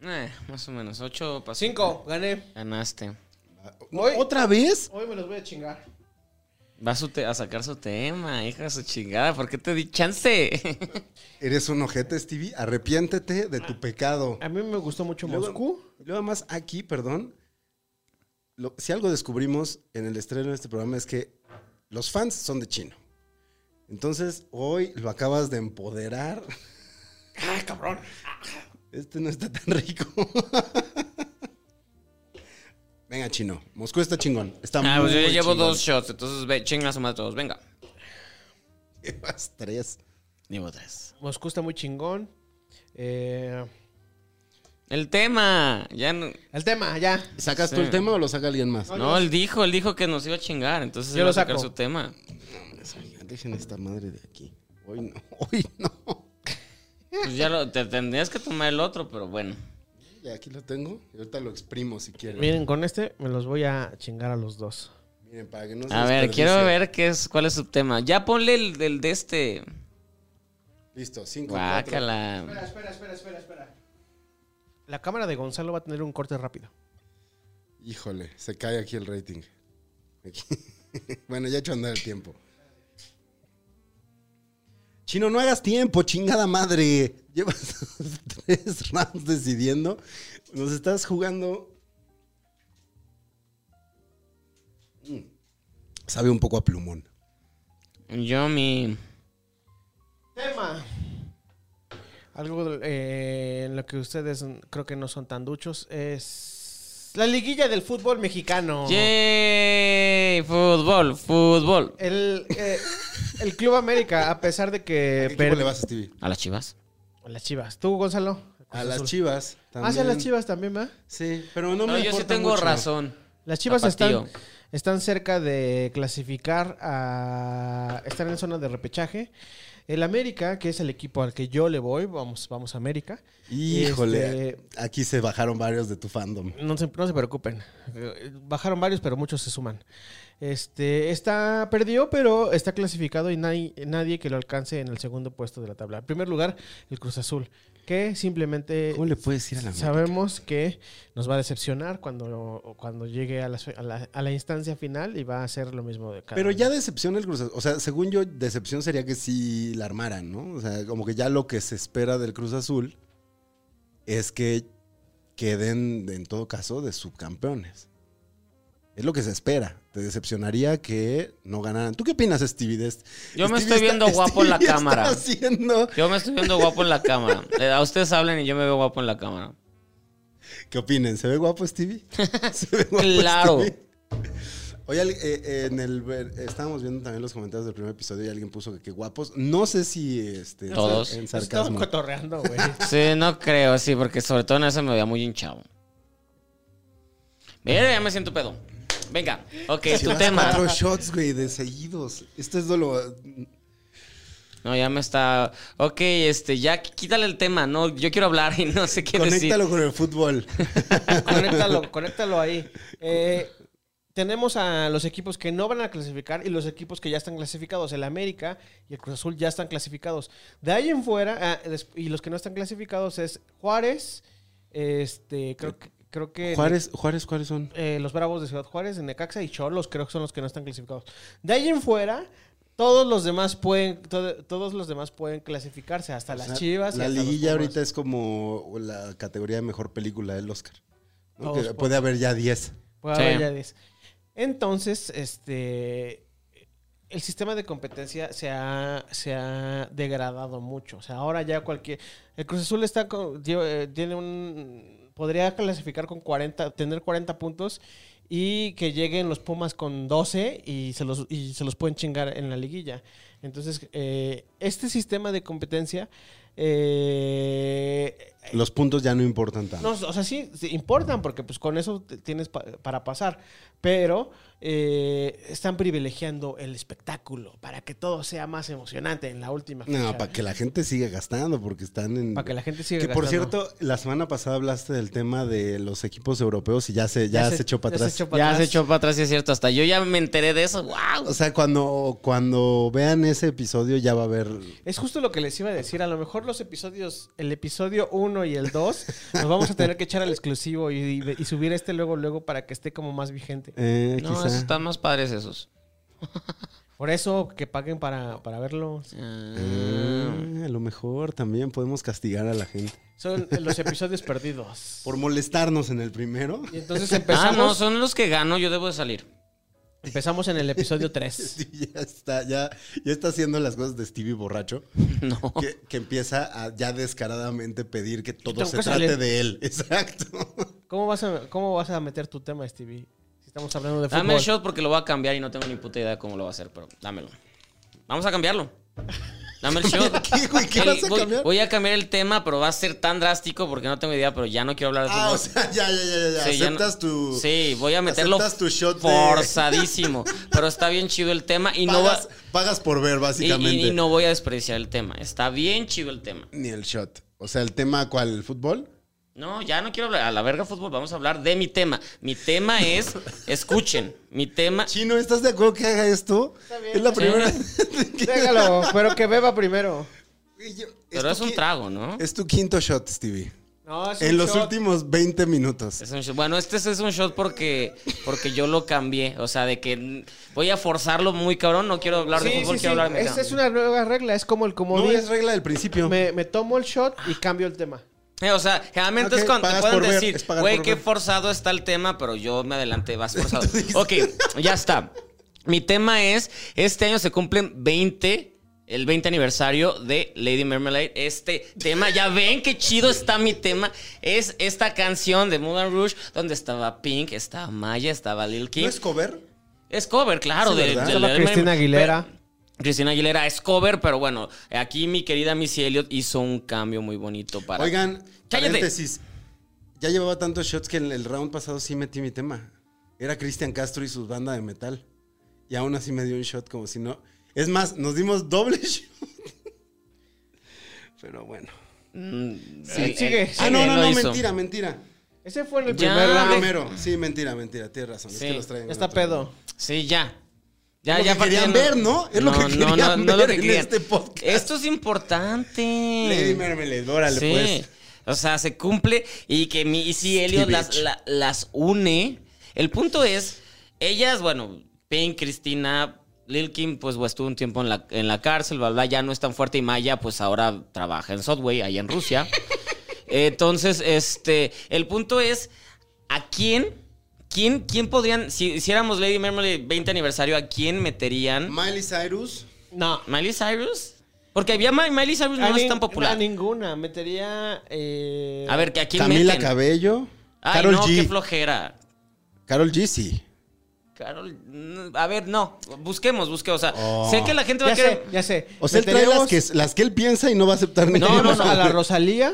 eh, más o menos. Ocho pasó. Cinco, gané. Ganaste. Ah, Hoy- ¿Otra vez? Hoy me los voy a chingar. Va a, su te- a sacar su tema, hija de su chingada. ¿Por qué te di chance? Eres un ojete, Stevie. Arrepiéntete de tu pecado. A mí me gustó mucho Luego- Moscú. Luego, además, aquí, perdón, lo- si algo descubrimos en el estreno de este programa es que los fans son de chino. Entonces, hoy lo acabas de empoderar. ¡Ay, cabrón! ¡Ah, Este no está tan rico. Venga, chino. Moscú está chingón. Está Ah, pues yo muy ya llevo chingón. dos shots, entonces ve, chingas más todos, venga. Llevas tres. Llevo tres. Moscú está muy chingón. Eh, El tema, ya no, el tema, ya. ¿Sacas Sí. tú el tema o lo saca alguien más? no, él dijo, él dijo que nos iba a chingar, entonces él Yo lo va a sacar saco. su tema. Dejen esta madre de aquí. Hoy no. Hoy no. Pues ya lo, te tendrías que tomar el otro, pero bueno. Ya aquí lo tengo. Y ahorita lo exprimo si quieren. Miren, con este me los voy a chingar a los dos. Miren, para que no se A ver, desperdicie. quiero ver qué es, cuál es su tema. Ya ponle el, el de este. Listo, cinco. cuatro. Guácala. espera, espera, espera, espera. La cámara de Gonzalo va a tener un corte rápido. Híjole, se cae aquí el rating. Aquí. bueno, ya he hecho andar el tiempo. Chino, no hagas tiempo, chingada madre. Llevas tres rounds decidiendo. Nos estás jugando. Mm. Sabe un poco a plumón. Yo mi. Tema. Algo eh, en lo que ustedes creo que no son tan duchos es la liguilla del fútbol mexicano. Yay, fútbol, fútbol. El, eh, el Club América, a pesar de ¿A que qué equipo per- le vas, Stevie? A las chivas. las Chivas. ¿Tú, Gonzalo? A Cruz las Azul. chivas. Ah, sí, a las también. Chivas también, ¿verdad? Sí, pero no, No, me yo sí importa tengo mucho. razón. Las Chivas Tapatío. están, están cerca de clasificar a... Están en zona de repechaje. El América, que es el equipo al que yo le voy, vamos, vamos a América. Híjole, Este, aquí se bajaron varios de tu fandom. no, se, no se preocupen. Eh, Bajaron varios, pero muchos se suman. Este, está perdió, pero está clasificado y nadie, nadie que lo alcance en el segundo puesto de la tabla. En primer lugar, el Cruz Azul, que simplemente... ¿Cómo le puedes decir a la Sabemos que nos va a decepcionar cuando, cuando llegue a la, a, la, a la instancia final y va a ser lo mismo de cada Pero año. ya decepción el Cruz Azul. O sea, según yo, decepción sería que sí la armaran, ¿no? O sea, como que ya lo que se espera del Cruz Azul es que queden, en todo caso, de subcampeones. Es lo que se espera. Te decepcionaría que no ganaran. ¿Tú qué opinas, Stevie? de est- Yo me Stevie estoy viendo guapo en la Stevie está cámara. haciendo- Yo me estoy viendo guapo en la cámara. Eh, A ustedes hablen y yo me veo guapo en la cámara. ¿Qué opinen? ¿Se ve guapo Stevie? ¿Se ve guapo Claro. pues, Stevie? Oye, al- eh, eh, en el, ver- estábamos viendo también los comentarios del primer episodio y alguien puso que, que guapos. No sé si este, en sar- Todos. en Estaba sarcasmo. cotorreando, güey. Sí, no creo, sí, porque sobre todo en eso me veía muy hinchado. Mira, ya me siento pedo. Venga, ok, Si tu vas tema. Cuatro shots, güey, de seguidos. Esto es dolor. No, ya me está. Ok, este, ya quítale el tema, ¿no? Yo quiero hablar y no sé qué Conéctalo con el fútbol. conéctalo, conéctalo ahí. Eh, tenemos a los equipos que no van a clasificar y los equipos que ya están clasificados. El América y el Cruz Azul ya están clasificados. De ahí en fuera, ah, des- y los que no están clasificados es Juárez, este, creo que... Creo que Juárez, Juárez, ¿cuáles son? eh, los Bravos de Ciudad Juárez, de Necaxa y Cholos, creo que son los que no están clasificados. De ahí en fuera, todos los demás pueden, todo- todos los demás pueden clasificarse, hasta las O sea, Chivas. y La hasta los liguilla Pumas. ahorita es como la categoría de mejor película del Oscar. ¿no? Todos Que por- puede haber ya 10. Puede Sí. haber ya 10. Entonces, este. El sistema de competencia se ha, se ha degradado mucho. O sea, ahora ya cualquier. El Cruz Azul está con- dio- eh, tiene un. Podría clasificar con 40, tener 40 puntos y que lleguen los Pumas con 12 y se los, y se los pueden chingar en la liguilla. Entonces, eh, este sistema de competencia eh, Los puntos ya no importan tanto. no, o sea, sí, sí importan porque pues con eso te- tienes pa- para pasar, pero eh, están privilegiando el espectáculo para que todo sea más emocionante en la última No, fecha. para que la gente siga gastando, porque están en. Pa' que la gente siga Que por gastando. cierto, la semana pasada hablaste del tema de los equipos europeos y ya se, ya se, echó para ya se atrás. echó pa' Ya atrás. se echó para atrás, sí es cierto. Hasta yo ya me enteré de eso. ¡Wow! O sea, cuando, cuando vean ese episodio ya va a haber. Es justo lo que les iba a decir. A lo mejor los episodios, el episodio 1 y el 2, nos vamos a tener que echar al exclusivo y, y- y subir este luego, luego para que esté como más vigente. eh, no, quizá. esos están más padres esos. Por eso que paguen para, para verlo. Ah. Eh, a lo mejor también podemos castigar a la gente. Son los episodios perdidos. Por molestarnos en el primero. Y entonces Ah, empezamos, no, son los que gano, yo debo de salir. empezamos en el episodio 3. Sí, ya está, ya, ya está haciendo las cosas de Stevie borracho. No. Que, que empieza a ya descaradamente pedir que todo tengo se que trate salir. de él. Exacto. ¿Cómo vas a, cómo vas a meter tu tema, Stevie? Si estamos hablando de fútbol. Dame el shot porque lo voy a cambiar y no tengo ni puta idea de cómo lo va a hacer, pero dámelo. Vamos a cambiarlo. Dame el shot. ¿Qué, güey? ¿Qué El- vas a voy, cambiar? voy a cambiar el tema, pero va a ser tan drástico porque no tengo idea, pero ya no quiero hablar de Ah, fútbol. o sea, ya, ya, ya, ya. Sí, ya aceptas no- tu. Sí, voy a meterlo aceptas tu shot de- forzadísimo, pero está bien chido el tema y no va pagas, pagas por ver, y- y- básicamente. y, no voy a desperdiciar el tema. Está bien chido el tema. Ni el shot. O sea, el tema, ¿cuál? ¿El fútbol? No, ya no quiero hablar a la verga fútbol, vamos a hablar de mi tema. Mi tema es escuchen, mi tema Chino, ¿estás de acuerdo que haga esto? bien. es la Sí. primera. Déjalo, pero que beba primero. Güey, yo- pero tu es un qui- trago, ¿no? Es tu quinto shot, Stevie. No, es un En los shot. últimos 20 minutos. Es un shot. Bueno, este es un shot porque, porque yo lo cambié. O sea, de que n- voy a forzarlo muy cabrón. No quiero hablar de Sí, fútbol, sí, quiero sí. hablar de mi Esta tema. es una nueva regla, es como el comodín. No es regla del principio. me, me tomo el shot y cambio el tema. Eh, O sea, generalmente es Ok, cuando te pagas pueden por ver, decir, es pagar güey, por qué ver". forzado está el tema, pero yo me adelante, vas forzado. ok, ya está. Mi tema es, este año se cumplen 20, el 20 aniversario de Lady Marmalade. Este tema, ya ven qué chido está mi tema. Es esta canción de Moulin Rouge, donde estaba Pink, estaba Maya, estaba Lil Kim. ¿No es cover? Es cover, claro. Sí, de, ¿verdad? de- Estaba de- Cristina pe- Aguilera. Cristina Aguilera es cover, pero bueno, aquí mi querida Missy Elliott hizo un cambio muy bonito para. Oigan, ¡Cállate! paréntesis. Ya llevaba tantos shots que en el round pasado sí metí mi tema. Era Cristian Castro y sus bandas de metal. Y aún así me dio un shot como si no. Es más, nos dimos doble shot. Pero bueno. Mm, Sí, eh, sigue. eh, Sí, Ah, no, no, lo no, hizo. mentira, mentira. Ese fue en el Ya, primer round. Primero, sí, mentira, mentira, tienes razón. Sí, es que los traen. Ya en Está otro pedo. Sí, ya. Ya, Lo ya que querían partiendo. ver, ¿no? Es lo que querían es lo ver en querían. este podcast. Esto es importante. Lady Marmalade, órale, Sí. pues. O sea, se cumple y que mi y si Elliot Steve las, H. la- las une. El punto es, ellas, bueno, Pink, Cristina, Lil Kim, pues, pues, estuvo un tiempo en la, en la cárcel, bla, bla, ya no es tan fuerte y Maya, pues ahora trabaja en Subway, allá en Rusia. Entonces, este, el punto es, ¿a quién? ¿Quién, quién podrían, si hiciéramos Lady Marmalade 20 aniversario, ¿a quién meterían? pues. Miley Cyrus. No. ¿Miley Cyrus? Porque había Ma- Miley Cyrus Pues no A es nin- tan popular. A ninguna. Metería. eh, A ver, ¿que ¿a quién Camila meten? Cabello. Ay, Carol no, qué G. flojera. Carol G, sí. Carol, mm, a ver, no, busquemos, busquemos. O sea, Oh. sé que la gente va Ya a querer. sé, ya sé. O sea, él trae las Meteríamos- que, las que él piensa y no va a aceptar ninguna. meteríamos No, no, no. a la Rosalía.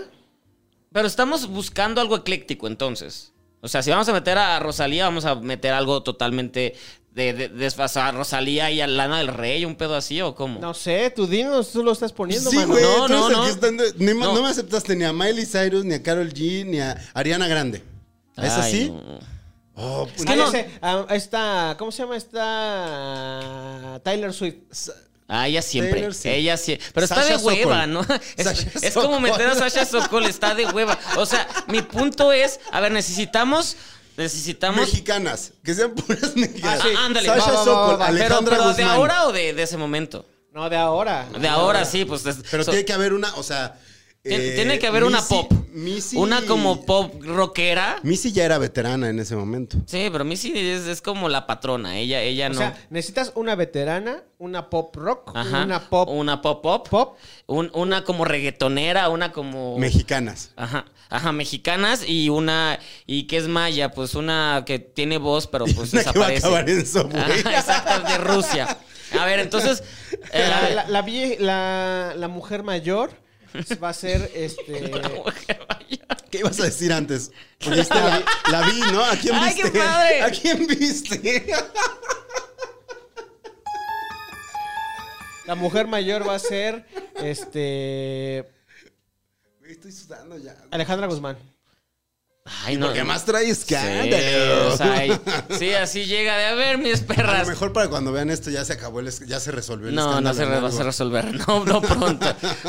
Pero estamos buscando algo ecléctico, entonces. O sea, si vamos a meter a Rosalía, vamos a meter algo totalmente de, de- desfasar a Rosalía y a Lana del Rey, un pedo así o cómo? No sé, tú dinos, tú lo estás poniendo, Sí, mano. güey. No, tú eres no, el no. que está en- ni ma- No. no. me aceptaste ni a Miley Cyrus, ni a Carol G, ni a Ariana Grande. ¿Es Ay, así? no. Oh, Es pues, que no. eh, esta, ¿cómo se llama esta? Tyler Swift. Ah, ella siempre. Taylor, sí. Ella siempre. Pero Sasha está de hueva, Sokol. ¿no? Sasha Es, es Sokol. como meter a Sasha Sokol, está de hueva. O sea, mi punto es, a ver, necesitamos, necesitamos mexicanas, que sean puras mexicanas. Ah, sí. Ah, ándale, Sasha va, va, va, Sokol, va, va. Alejandra Pero, pero de Guzmán. ahora o de, de ese momento? No, de ahora. De ahora, sí, pues. es- Pero so- tiene que haber una, o sea... tiene- eh, tiene que haber una Missy- pop. Missy- Una como pop rockera. Missy ya era veterana en ese momento. Sí, pero Missy es, es como la patrona. Ella, ella O no. sea, necesitas una veterana, una pop rock, Ajá. una pop, Una pop pop. pop. Un- una como reggaetonera, una como. Mexicanas. Ajá, ajá, mexicanas y una. ¿Y qué es maya? Pues una que tiene voz, pero pues Una que va a desaparece. acabar en Subway. Ajá, exacto, de Rusia. A ver, entonces. eh, La, la- la vie- la- la mujer mayor va a ser este. ¿Qué ibas a decir antes? Porque viste la, vi- la vi, ¿no? ¿A quién Ay, viste? qué padre. ¿A quién viste? La mujer mayor va a ser este. Estoy sudando ya. Alejandra Guzmán. Ay, no. ¿Qué más traes? Sí, Escándalo. o sea, y- sí, así llega de a ver mis A perras. lo mejor para cuando vean esto ya se acabó el, es- ya se resolvió el No, no escándalo se en re- va algo. a resolver, no, no pronto.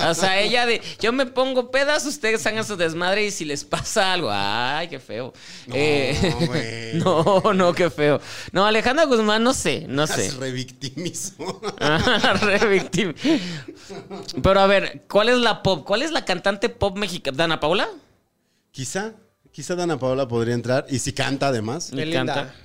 O sea, ella de, yo me pongo pedas, ustedes hagan su desmadre y si les pasa algo, ay, qué feo. No, Eh, güey. no, no, qué feo. No, Alejandra Guzmán, no sé, no Se sé. revictimizó. Re víctima. Pero a ver, ¿cuál es la pop? ¿Cuál es la cantante pop mexicana? ¿Dana Paula? quizá, quizá Dana Paola podría entrar y si canta además. Me Belinda. encanta.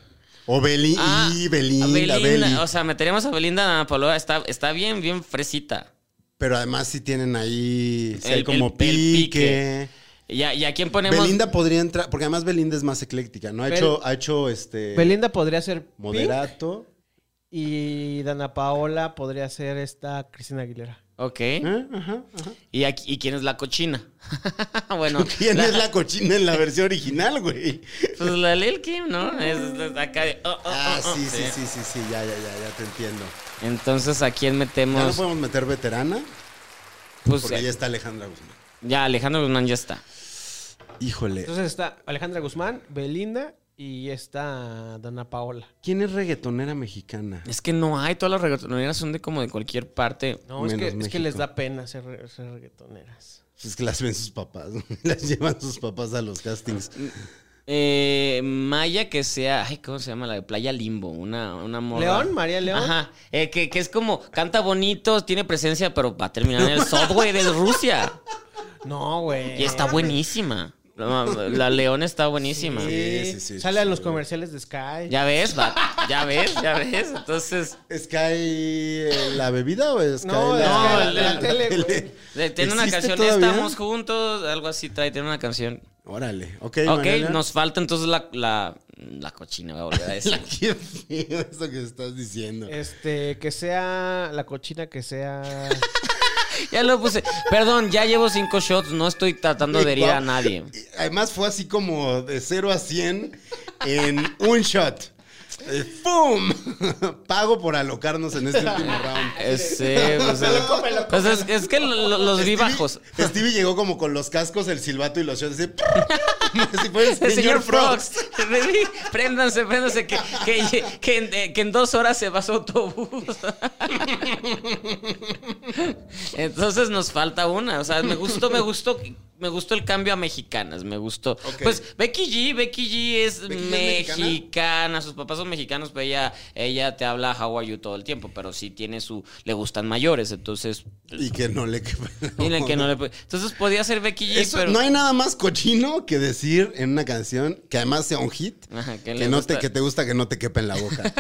O Beli Ah, y Belinda, Belinda, Beli. O sea, meteríamos a Belinda, Dana Paula, está, está bien, bien fresita. Pero además sí tienen ahí sí hay El- el- como el pique. pique. ¿Y a, y a quién ponemos? Belinda podría entrar, porque además Belinda es más ecléctica, ¿no? Ha Bel- hecho, ha hecho este Belinda podría ser Pink moderato. y Dana Paola podría ser esta Cristina Aguilera. Ok. ¿Eh? Ajá, ajá. ¿Y, aquí- y quién es la cochina? bueno, ¿Quién es la cochina en la versión original, güey? pues la Lil Kim, ¿no? Es, es acá de, oh, oh, Ah, oh, oh. sí, sí, sí, sí, sí, ya, ya, ya, ya te entiendo. Entonces, ¿a quién Ya no metemos? podemos meter veterana, Pues porque eh, ya está Alejandra Guzmán. ya, Alejandro Guzmán ya está. Híjole. Entonces está Alejandra Guzmán, Belinda y esta Dana Paola. ¿Quién es reggaetonera mexicana? Es que no hay, todas las reggaetoneras son de como de cualquier parte. No, es Menos que, es que México. les da pena ser, re- ser reggaetoneras. Pues Es que las ven sus papás, las llevan sus papás a los castings. Mm. Eh, Maya que sea, ay, ¿cómo se llama? La de Playa Limbo, una, una morra. León, María León. Ajá, eh, que, que es como, canta bonito, tiene presencia, pero va a terminar en el subway de Rusia. No, güey. Y está buenísima. La, la León está buenísima. Sí, Sí, sí, sí, Sale sí, en los sí. comerciales de Sky. Ya ves, va- ya ves, ya ves. Entonces, ¿Sky eh, la bebida o Sky No, la, no, la- la- la tele, güey. eh, tiene una ¿Existe canción, todavía? estamos juntos, algo así trae, tiene una canción. Órale, ok. Ok, Mariana. nos falta entonces la, la, la cochina, voy a volver a decir. Qué feo eso que estás diciendo. Eh, Este, que sea la cochina que sea. Ya lo puse. Perdón, ya llevo cinco shots, no estoy tratando de herir a nadie. Y Además fue así como de 0 a 100 en un shot. Eh, ¡Pum! Pago por alocarnos en este último round. Ese, pues, pues, es, es que lo- lo- los vi Stevie- bajos. Stevie llegó como con los cascos, el silbato y los shots. Así, como si fuera El el señor, señor Frogs. Frogs. préndanse, préndanse, que, que, que en, eh, que en dos horas se va su autobús. Entonces nos falta una. O sea, me gustó, me gustó. Me gustó el cambio a mexicanas, me gustó. Pues Becky G, Becky G es ¿Becky G es mexicana, mexicana? sus papás son mexicanos, pero ella, ella te habla how are you todo el tiempo, pero sí tiene su, le gustan mayores, entonces Y que no le quepa. tiene que no le puede- Entonces podía ser Becky G, Eso- pero No hay nada más cochino que decir en una canción que además sea un hit. Ajá, que que, le no gusta. te, que te gusta que no te quepa en la boca.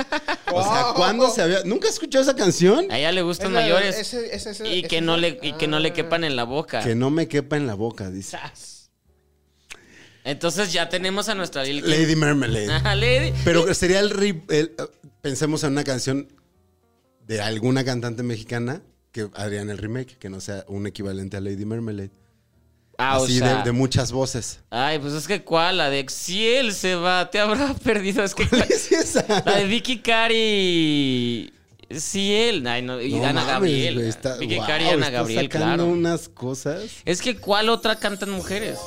o sea, ¿cuándo se había. ¿Nunca has escuchado esa canción? a ella le gustan Es la- mayores. ese- ese- ese- y ese- que no le y que no Ah. le quepan en la boca. Que no me quepa en la boca, dice. Entonces ya tenemos a nuestra Lil Kim. Lady Marmalade. Ajá, Lady. Pero que sería el, re- el- Pensemos en una canción de alguna cantante mexicana que harían el remake, que no sea un equivalente a Lady Marmalade. Ah, o así de- sea. de, muchas voces. Ay, pues es que cuál, la de si él se va, te habrá perdido. Es que ¿Es esa? la de Vicky Cari. Si él. Ay, no, y No Ana mames, Gabriel. güey, está- Vicky wow, Cari y Ana está Gabriel, sacando claro. unas cosas. Es que cuál otra cantan mujeres.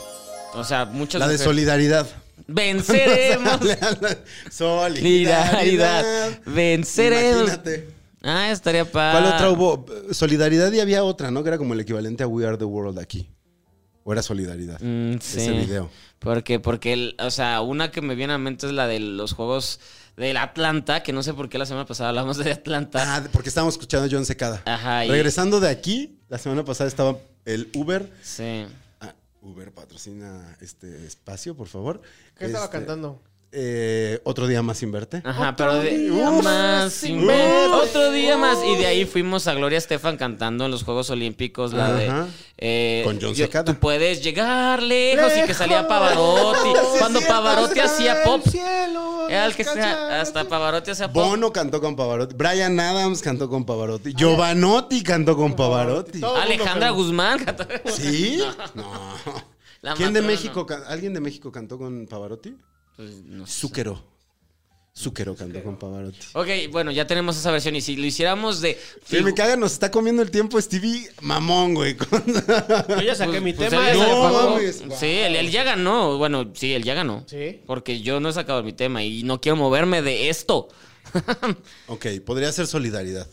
O sea, muchas La de mujeres. solidaridad. Venceremos. solidaridad. Solidaridad. Venceremos. Imagínate. Ah, estaría padre. ¿Cuál otra hubo? Solidaridad y había otra, ¿no? Que era como el equivalente a We Are the World aquí. O era Solidaridad. Mm, Ese video. Porque, porque el- o sea, una que me viene a la mente es la de los juegos del Atlanta, que no sé por qué la semana pasada hablamos de Atlanta. Ah, porque estábamos escuchando a John Secada. Ajá, y- Regresando de aquí, la semana pasada estaba el Uber. Sí. Ah, Uber patrocina este espacio, por favor. ¿Qué estaba Este, cantando? eh, Otro día más sin verte. Ajá, pero de Uf. más, sin ver, otro día más. Y de ahí fuimos a Gloria Estefan cantando en los Juegos Olímpicos la Ajá. de. eh, Con John yo- Secada. Tú puedes llegar lejos y que salía Pavarotti. Cuando Pavarotti hacía pop. Era el que sea, ah, hasta Pavarotti hacía pop. Bono cantó con Pavarotti. Brian Adams cantó con Pavarotti. Giovanotti cantó con Pavarotti. Todo el mundo Alejandra cantó. Guzmán cantó. ¿Sí? No. La ¿Quién de matrona. México? can- ¿Alguien de México cantó con Pavarotti? Pues, no sé. Zúquero. Zúquero cantó con Pavarotti. Ok, bueno, ya tenemos esa versión. Y si lo hiciéramos de. Sí, me caga, nos está comiendo el tiempo Stevie Mamón, güey. con- Yo ya saqué mi Pues, tema. él ya No, sacó- mames. Sí, él, él ya ganó. Bueno, sí, él ya ganó. Sí. Porque yo no he sacado mi tema y no quiero moverme de esto. ok, podría ser solidaridad.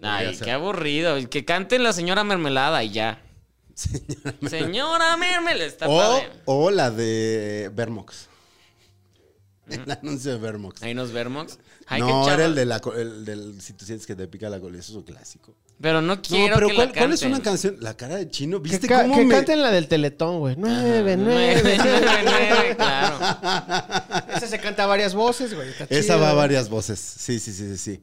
Podría Ay, ser. qué aburrido. Que canten la señora mermelada y ya. Señora mermelada. Está O, padre. o la de Vermox. El anuncio de Vermox. Ahí nos vermos. Ay, qué No, chavo. era el, de la, co- el del si tú sientes que te pica la cola, eso es un clásico. Pero no quiero no, pero que ¿cuál, la cuál es canten. una canción? La cara de chino, Que, ¿viste ca- este cómo que me- canten la del Teletón, güey. Nueve, Nueve, nueve. nueve, nueve, claro. Esa se canta varias voces, güey. está Esa chida, va a güey. varias voces. Sí, sí, sí, sí, sí.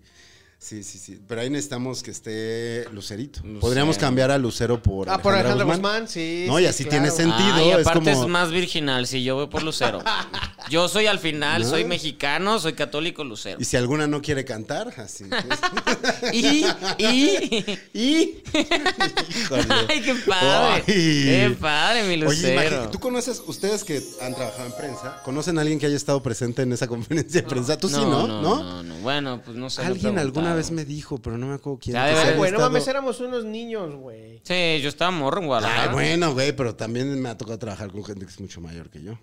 Sí, sí, sí. Pero ahí necesitamos que esté Lucerito. Lucero. Podríamos cambiar a Lucero por. Ah, por Alejandra Guzmán, sí. No, y sí, así claro. tiene sentido. Ay, es Ah, aparte es, como. más virginal, si yo voy por Lucero. Yo soy al final, ¿No? soy mexicano, soy católico Lucero. Y si alguna no quiere cantar, así. Y, y, y. Híjole. Ay, qué padre. Ay. Qué padre, mi Oye, Lucero. imagínate, tú conoces, ustedes que han trabajado en prensa, ¿conocen a alguien que haya estado presente en esa conferencia de prensa? Tú sí, ¿no? ¿No? no, no. Bueno, pues no sé. no he Alguien alguna preguntado. vez me dijo, pero no me acuerdo quién. Ya que debe se Ay, haya güey, no estado- mames, éramos unos niños, güey. Sí, yo estaba morro en Guadalajara. Ay, bueno, güey, pero también me ha tocado trabajar con gente que es mucho mayor que yo.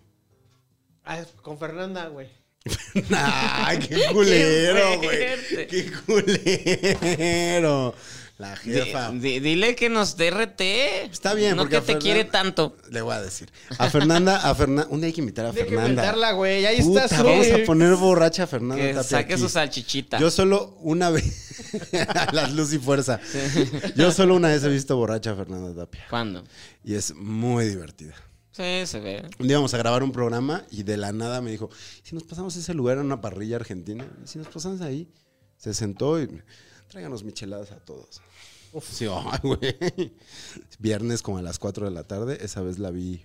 Ah, con Fernanda, güey. Ay, qué culero, Qué güey. fuerte. Qué culero. La jefa. Di- di- dile que nos dé RT. Está bien, No porque que te a Fernan- quiere tanto. Le voy a decir. A Fernanda, a Fernanda. Un día hay que invitar a Hay que Fernanda. inventarla, güey. Ahí Puta, está su. vamos a poner borracha a Fernanda. Que Tapia saque aquí. su salchichita. Yo solo una vez. a las luz y fuerza. Yo solo una vez he visto borracha a Fernanda Tapia. ¿Cuándo? Y es muy divertida. Sí, se ve. Un día íbamos a grabar un programa y de la nada me dijo, si nos pasamos a ese lugar en una parrilla argentina, ¿Y si nos pasamos ahí, se sentó y tráiganos micheladas a todos. Sí, ay, güey. Viernes como a las 4 de la tarde, esa vez la vi.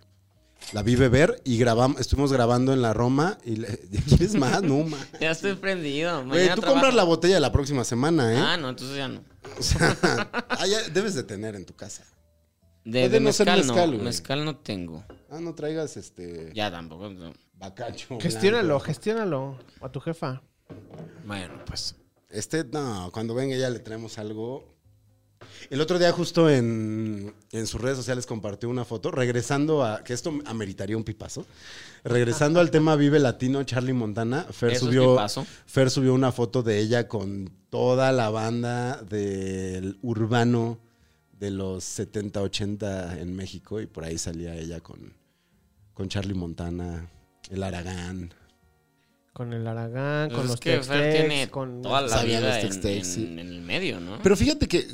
La vi beber y grabamos, estuvimos grabando en la Roma y le, ¿quieres más? No, más. Ya estoy prendido. Güey, Mañana tú trabajo. compras la botella la próxima semana, ¿eh? Ah, no, entonces ya no. O sea, ah, ya debes de tener en tu casa. De, Puede de no ser mezcal, mezcal, no. güey. Mezcal no tengo. Ah, no traigas este Ya tampoco. no. bacacho. Gestiónalo, blanco. gestiónalo. A tu jefa. Bueno, pues. Este, no, cuando venga ya le traemos algo. El otro día justo en, en sus redes sociales compartió una foto, regresando a, que esto ameritaría un pipazo, regresando al tema Vive Latino, Charlie Montana, Fer Eso es subió, pipazo. Fer subió una foto de ella con toda la banda del urbano de los 70, 80 en México y por ahí salía ella con, con Charlie Montana, el Aragán. Con el Aragán, Pues con es los que Tex Fer tiene con toda la Sabían vida los en, Tex-Tex, en- sí. en el medio, ¿no? Pero fíjate que,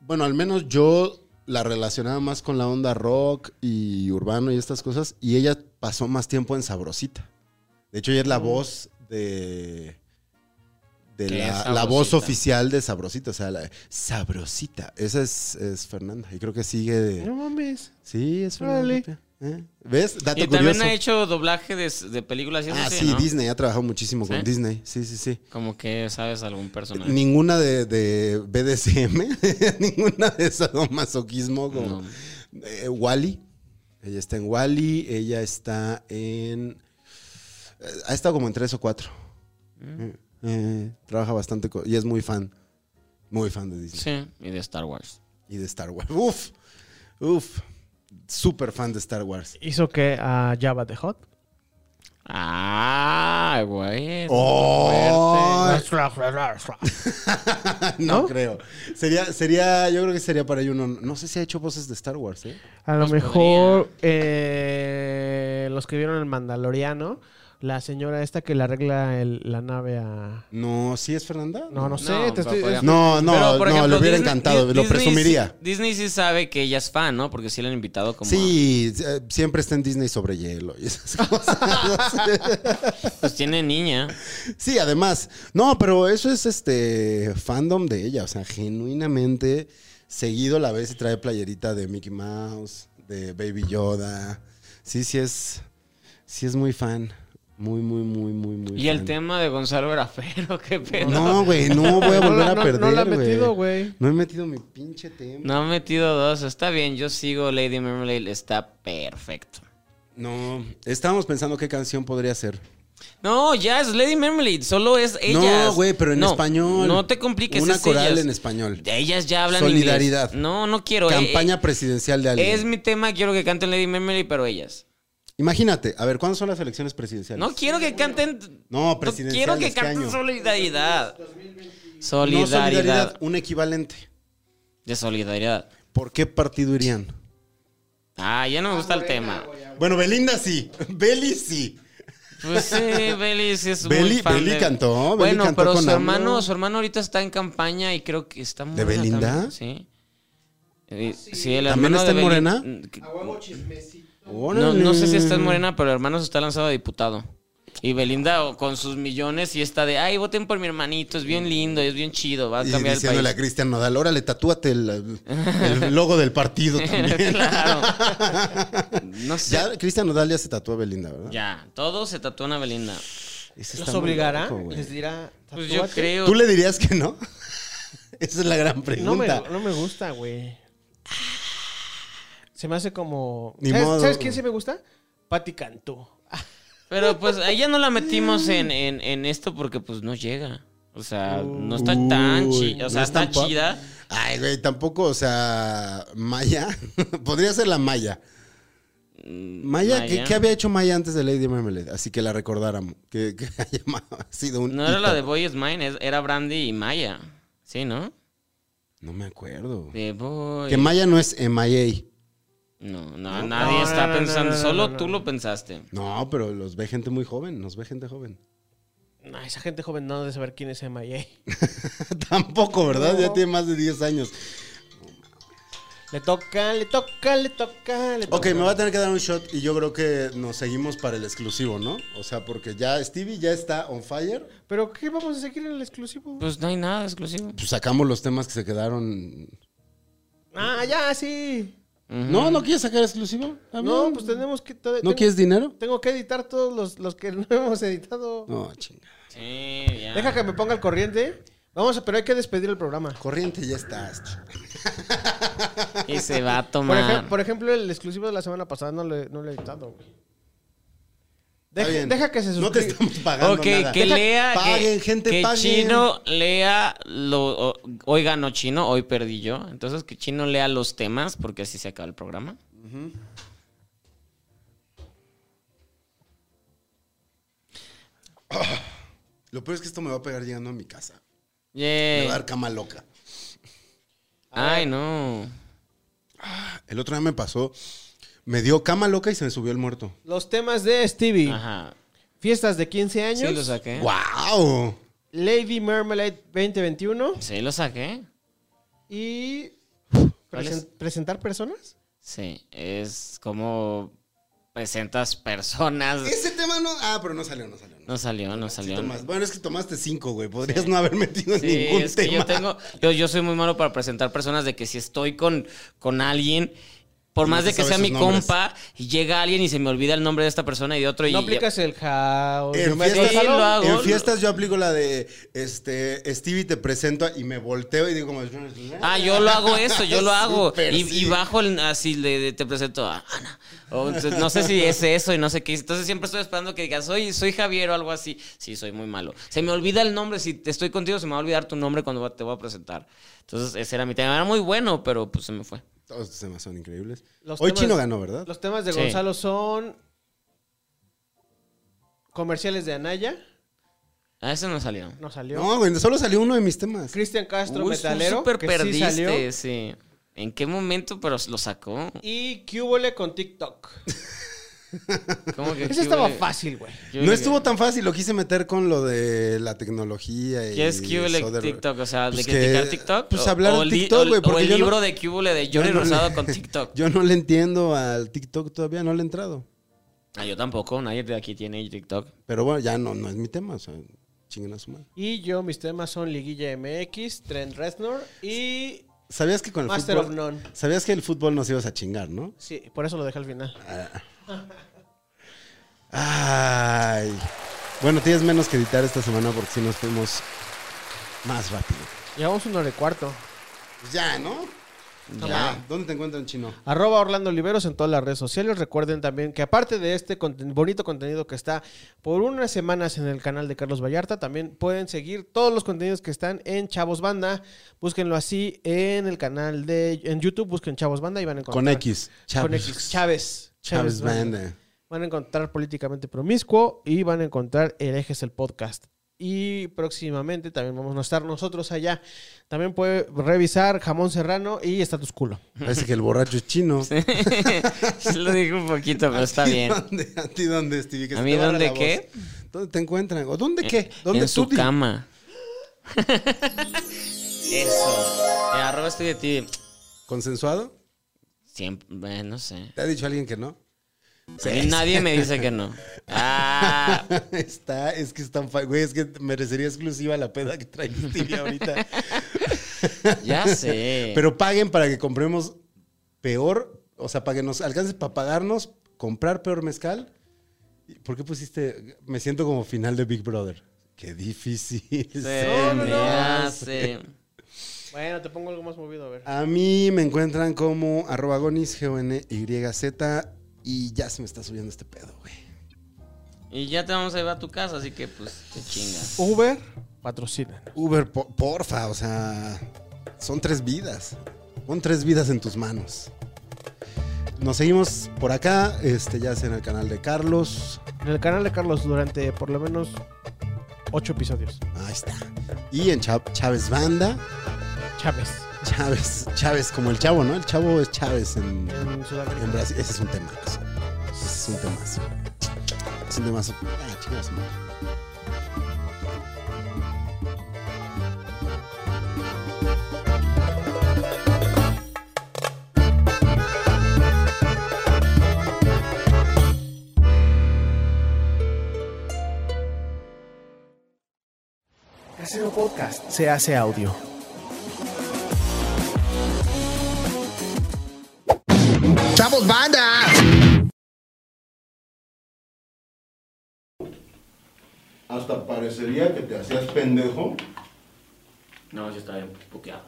bueno, al menos yo la relacionaba más con la onda rock y urbano y estas cosas, y ella pasó más tiempo en Sabrosita. De hecho, ella es la voz de... De Mm. ¿Qué es la, la Sabrosita? voz oficial de Sabrosita, o sea, la- Sabrosita. Esa es, es Fernanda. Y creo que sigue de. Mm. No mames. Sí, es Fernanda. Órale. Tapia. ¿Eh? ¿Ves? Dato y también curioso. ha hecho doblaje de, de películas y eso ah, sí, sí, ¿no? Disney. Ha trabajado muchísimo ¿Sí? con Disney. Sí, sí, sí. Como que sabes algún personaje. Ninguna de, de BDSM, ninguna de sadomasoquismo, como No. eh, Wally. Ella está en Wally. Ella está en. eh, Ha estado como en tres o cuatro. Mm. Eh, eh, trabaja bastante co- y es muy fan. Muy fan de Disney. Sí, y de Star Wars. Y de Star Wars. Uf. Uf. Súper fan de Star Wars. ¿Hizo que a Java the Hot? Ah, güey. ¡Oh! no, ¿No? creo. Sería, sería, yo creo que sería para uno. No sé si ha hecho voces de Star Wars, ¿eh? A lo Pues mejor eh, los que vieron el Mandaloriano, la señora esta que le arregla el- la nave a... No, ¿sí es Fernanda? No, no sé, No, te estoy... pero- No, no, Pero, por no, ejemplo, le hubiera Disney- encantado, Di- lo Disney presumiría. sí- Disney sí sabe que ella es fan, ¿no? Porque sí la han invitado como. Sí, eh, siempre está en Disney sobre hielo y esas cosas. Pues tiene niña. sí, además. No, pero eso es este fandom de ella. O sea, genuinamente, seguido la vez y trae playerita de Mickey Mouse, de Baby Yoda. Sí, sí es. Sí es muy fan. Muy, muy, muy, muy, muy Y el fan. tema de Gonzalo Grafero, qué pedo. No, No, güey, no voy a No volver la- a no- perder. no la ha güey. metido, güey. No he metido mi pinche tema. han metido dos. Está bien, yo sigo Lady Marmalade, está perfecto. No, estábamos pensando qué canción podría ser. No, ya es Lady Marmalade, solo es ellas. No, güey, pero en No, español. No te compliques, Una es coral ellas. en español. Ellas ya hablan Solidaridad. inglés. No, no quiero. eh, Campaña presidencial de alguien. eh, es mi tema, quiero que canten Lady Marmalade, pero ellas. Imagínate, a ver, ¿cuándo son las elecciones presidenciales? No quiero que canten. No, presidenciales, Quiero que ¿qué canten año? solidaridad. No, Solidaridad. un equivalente. De solidaridad. ¿Por qué partido irían? Ah, ya no me gusta el tema. Bueno, Belinda sí. Beli sí. Pues sí, Beli sí es muy Beli- fan Beli de- cantó, Beli bueno, cantó pero con su AMLO. hermano, su hermano ahorita está en campaña y creo que está muy Belinda? Sí. Eh, sí, el ¿También hermano está de en Beli- Morena? No, no sé si está en Morena, pero el hermano se está lanzado a diputado. Y Belinda o- con sus millones y está de, ay, voten por mi hermanito, es bien lindo, es bien chido, va a Y cambiar el diciéndole a país. Cristian Nodal, órale, tatúate el, el logo del partido también. claro. No sé. Ya, Cristian Nodal ya se tatúa a Belinda, ¿verdad? Ya, todos se tatúan a Belinda. Ese ¿Los está muy obligará? loco, güey. ¿Les dirá? Pues yo "Tatúate"? creo. ¿Tú le dirías que no? Esa es la gran No me, pregunta. no me gusta, güey. Se me hace como... Ni ¿Sabes, modo. ¿sabes quién sí me gusta? Patti Cantú. Pero pues ahí ya no la metimos en, en, en esto porque pues no llega. O sea, no está tan Uy, chida. O sea, no es está tan pop. chida. Ay, güey, tampoco, o sea, Maya. Podría ser la Maya. Maya, ¿qué, Maya. qué había hecho Maya antes de Lady Marmalade? Así que la recordáramos. Que, que haya ma- sido un. No era la de hito. Boy is Mine, es- era Brandy y Maya. Sí, ¿no? No me acuerdo. De Boy. Que Maya no es MIA. No, no, nadie No, está no, no, pensando. no, no, Solo no, no, tú no. lo pensaste. No, pero los ve gente muy joven. Nos ve gente joven. No, esa gente joven no debe saber quién es M.I.A. tampoco, ¿verdad? Ya tiene más de 10 años. Le toca, le toca, le toca, le toca. Ok, me va a tener que dar un shot y yo creo que nos seguimos para el exclusivo, ¿no? O sea, porque ya Stevie ya está on fire. ¿Pero qué vamos a seguir en el exclusivo? Pues no hay nada exclusivo. Pues sacamos los temas que se quedaron. Ah, ya, sí. No, no quieres sacar exclusivo. Ah, No, bien. pues tenemos que... ¿No ¿No quieres dinero? Tengo que editar todos los, los que no hemos editado. No, chinga. Sí, ya. Deja que me ponga al corriente. Vamos, a, pero hay que despedir el programa. Corriente ya estás. ch- Y se va a Por, tomar. ejem- por ejemplo, el exclusivo de la semana pasada no lo, he- no lo he editado, güey. Deja, Está bien. deja que se No te suscriba. estamos pagando Ok, nada. que lea. que- Paguen, gente, que paguen. Chino lea. Lo, o- hoy ganó Chino, hoy perdí yo. Entonces, que Chino lea los temas, porque así se acaba el programa. Lo peor es que esto me va a pegar llegando a mi casa. Me Yay. va a dar cama loca. Ay, no. El otro día me pasó. Me dio cama loca y se me subió el muerto. Los temas de Stevie. Ajá. Fiestas de 15 años. Sí lo saqué. ¡Wow! Lady Marmalade 2021. Sí lo saqué. Y... ¿Cuál es? presen- ¿Presentar personas? Sí, es como presentas personas. Ese tema no. Ah, pero no salió, no salió. no. No salió, no Sí, salió. Tomás. Bueno, es que tomaste cinco, güey. Podrías no haber metido Sí, ningún es que tema. yo tengo, yo, yo soy muy malo para presentar personas de que si estoy con, con alguien Por Y no más te de que sabes sea sus mi nombres. compa, y llega alguien y se me olvida el nombre de esta persona y de otro. Y No aplicas el house. En el maestro fiestas, del salón. lo hago. en fiestas yo aplico la de este Stevie te presento y me volteo y digo como Ah, yo lo hago eso, yo lo hago. Súper, y, y sí. bajo el- así, le, le- te presento a Ana. O, entonces, no sé si es eso y no sé qué. Entonces siempre estoy esperando que digas, soy, soy Javier o algo así. Sí, soy muy malo. Se me olvida el nombre. Si te estoy contigo, se me va a olvidar tu nombre cuando te voy a presentar. Entonces, ese era mi tema. Era muy bueno, pero pues se me fue. Todos los temas son increíbles. Los Hoy temas- Chino ganó, ¿verdad? Los temas de Sí. Gonzalo son comerciales de Anaya. A ese no salió. No salió. No, güey, solo salió uno de mis temas. Cristian Castro, Uy, metalero. súper que sí perdiste, salió. sí. ¿En qué momento? Pero lo sacó. Y Cúbole con TikTok. ¿Cómo que Ese estaba Cúbele? fácil, güey. Cúbele. No estuvo tan fácil, lo quise meter con lo de la tecnología y ¿Qué es Cúbele Soder- TikTok? O sea, ¿de Pues que- criticar TikTok? Pues O- hablar o de el li- TikTok, o el- güey, O porque el yo no- libro de Cúbele de Jordi Yo no le- Rosado con TikTok. Yo no le entiendo al TikTok todavía, no le he entrado. Ah, yo tampoco, nadie de aquí tiene TikTok. Pero bueno, ya no, no es mi tema, o sea, chinguen a su madre. Y yo, mis temas son Liguilla MX, Trent Reznor y. ¿Sabías que con el Master fútbol... of None. Sabías que el fútbol nos ibas a chingar, ¿no? Sí, por eso lo dejé al final. Ay. Bueno, tienes menos que editar esta semana porque si nos fuimos más rápido. Llevamos uno de cuarto. Pues ya, ¿no? Ya. ¿Dónde te encuentran chino? Arroba Orlando Oliveros en todas las redes sociales. Recuerden también que aparte de este conten- bonito contenido que está por unas semanas en el canal de Carlos Vallarta, también pueden seguir todos los contenidos que están en Chavos Banda. Búsquenlo así en el canal de en YouTube, busquen Chavos Banda y van a encontrar Con X. Con X, Chávez. Chávez Banda. Van a encontrar Políticamente Promiscuo y van a encontrar Herejes el Podcast. Y próximamente también vamos a estar nosotros allá. También puede revisar Jamón Serrano y Status Culo. Parece que el borracho es chino. Se lo dije un poquito, pero está bien. ¿Dónde, ¿A ti dónde, Stevie? Que ¿A se mí te barra dónde la voz. qué? ¿Dónde te encuentran? ¿O dónde qué? ¿Dónde en su tú di- cama. Eso. En arroba estoy de ti. ¿Consensuado? Siempre, eh, no sé. ¿Te ha dicho alguien que no? A mí nadie me dice que no. Ah, Está, es que están, fa- güey, es que merecería exclusiva la peda que trae Stevie ahorita. ya sé. Pero paguen para que compremos peor, o sea, para que nos alcances para pagarnos, comprar peor mezcal. ¿Y ¿Por qué pusiste? Me siento como final de Big Brother. Qué difícil. se me me hace. Bueno, te pongo algo más movido, a ver. A mí me encuentran como arroba gonis, G-O-N-Y-Z, y ya se me está subiendo este pedo, güey. Y ya te vamos a llevar a tu casa, así que pues te chingas. Uber, patrocina. Uber, po- porfa, o sea, son tres vidas. Pon tres vidas en tus manos. Nos seguimos por acá, este ya sea en el canal de Carlos. En el canal de Carlos durante por lo menos ocho episodios. Ahí está. Y en Cha- Chávez Banda. Chávez, Chávez, Chávez como el chavo, ¿no? El chavo es Chávez en, en Sudamérica. en Brasil. Ese es un tema. Ese es un temazo. Es un temazo. Ah, chicas, madre. Casero Podcast se hace audio. ¡Chavos Banda! Hasta parecería que te hacías pendejo. No, yo estaba bien puqueado.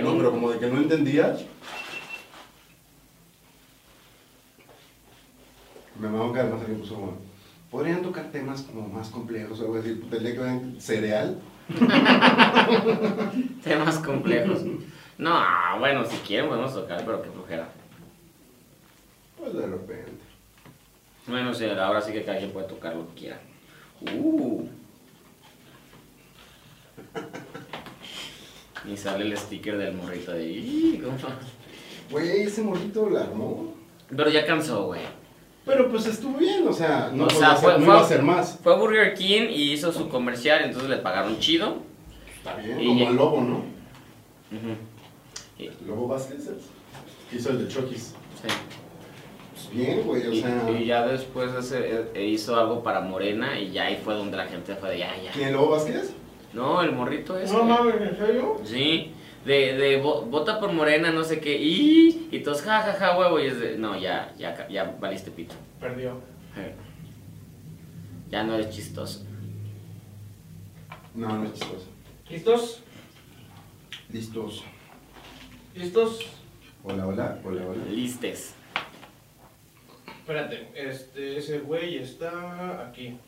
No, pero como de que no entendías. Me mamó que además alguien puso como, Podrían tocar temas como más complejos o algo así. Puta, El día que vean cereal. Temas complejos. No, ah, bueno, si quieren podemos tocar, pero que flojera. Pues de repente. Bueno, sí, ahora sí que cada quien puede tocar lo que quiera. Uh. Y sale el sticker del morrito de... "Ih, compa". Güey, ese morrito la armó. Pero ya cansó, güey. Pero pues estuvo bien, o sea, no, O podía sea, hacer- fue- no fue- iba a hacer más. Fue a Burger King y hizo su comercial, entonces le pagaron chido. Está bien, Y- como el lobo, ¿no? Y- El lobo Vázquez, ¿sabes? que hizo el de Chokis. sí. Pues bien, güey, o Y, sea. y ya después hace- eh, hizo algo para Morena y ya ahí fue donde la gente fue de ya, ya. ¿Quién el lobo Vázquez? No, el morrito es. ¿en serio? Sí, de, de vo- vota por Morena, no sé qué, y, y todos ja, ja, ja, huevo, y es de, no, ya, ya, ca- ya valiste pito. Perdió. Eh. Ya no eres chistoso. No, no es chistoso. ¿Listos? Listoso. ¿Listos? Hola, hola, hola, hola. Listes. Espérate, este, ese güey está aquí.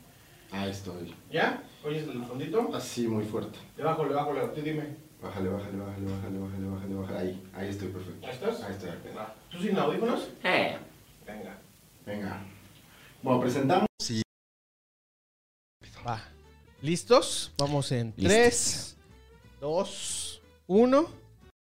Ahí estoy. ¿Ya? ¿Oyes el fondito? Así, muy fuerte. Le bajo, le bajo, le bajo. Tú dime. Bájale, bájale, bájale, bájale, bájale, bájale, bájale. Ahí, ahí estoy perfecto. ¿Ya estás? Ahí estoy. Va. ¿Tú sin audífonos? Eh, Venga. Venga. Bueno, presentamos. Va. ¿Listos? Vamos en Listos. 3, 2, 1.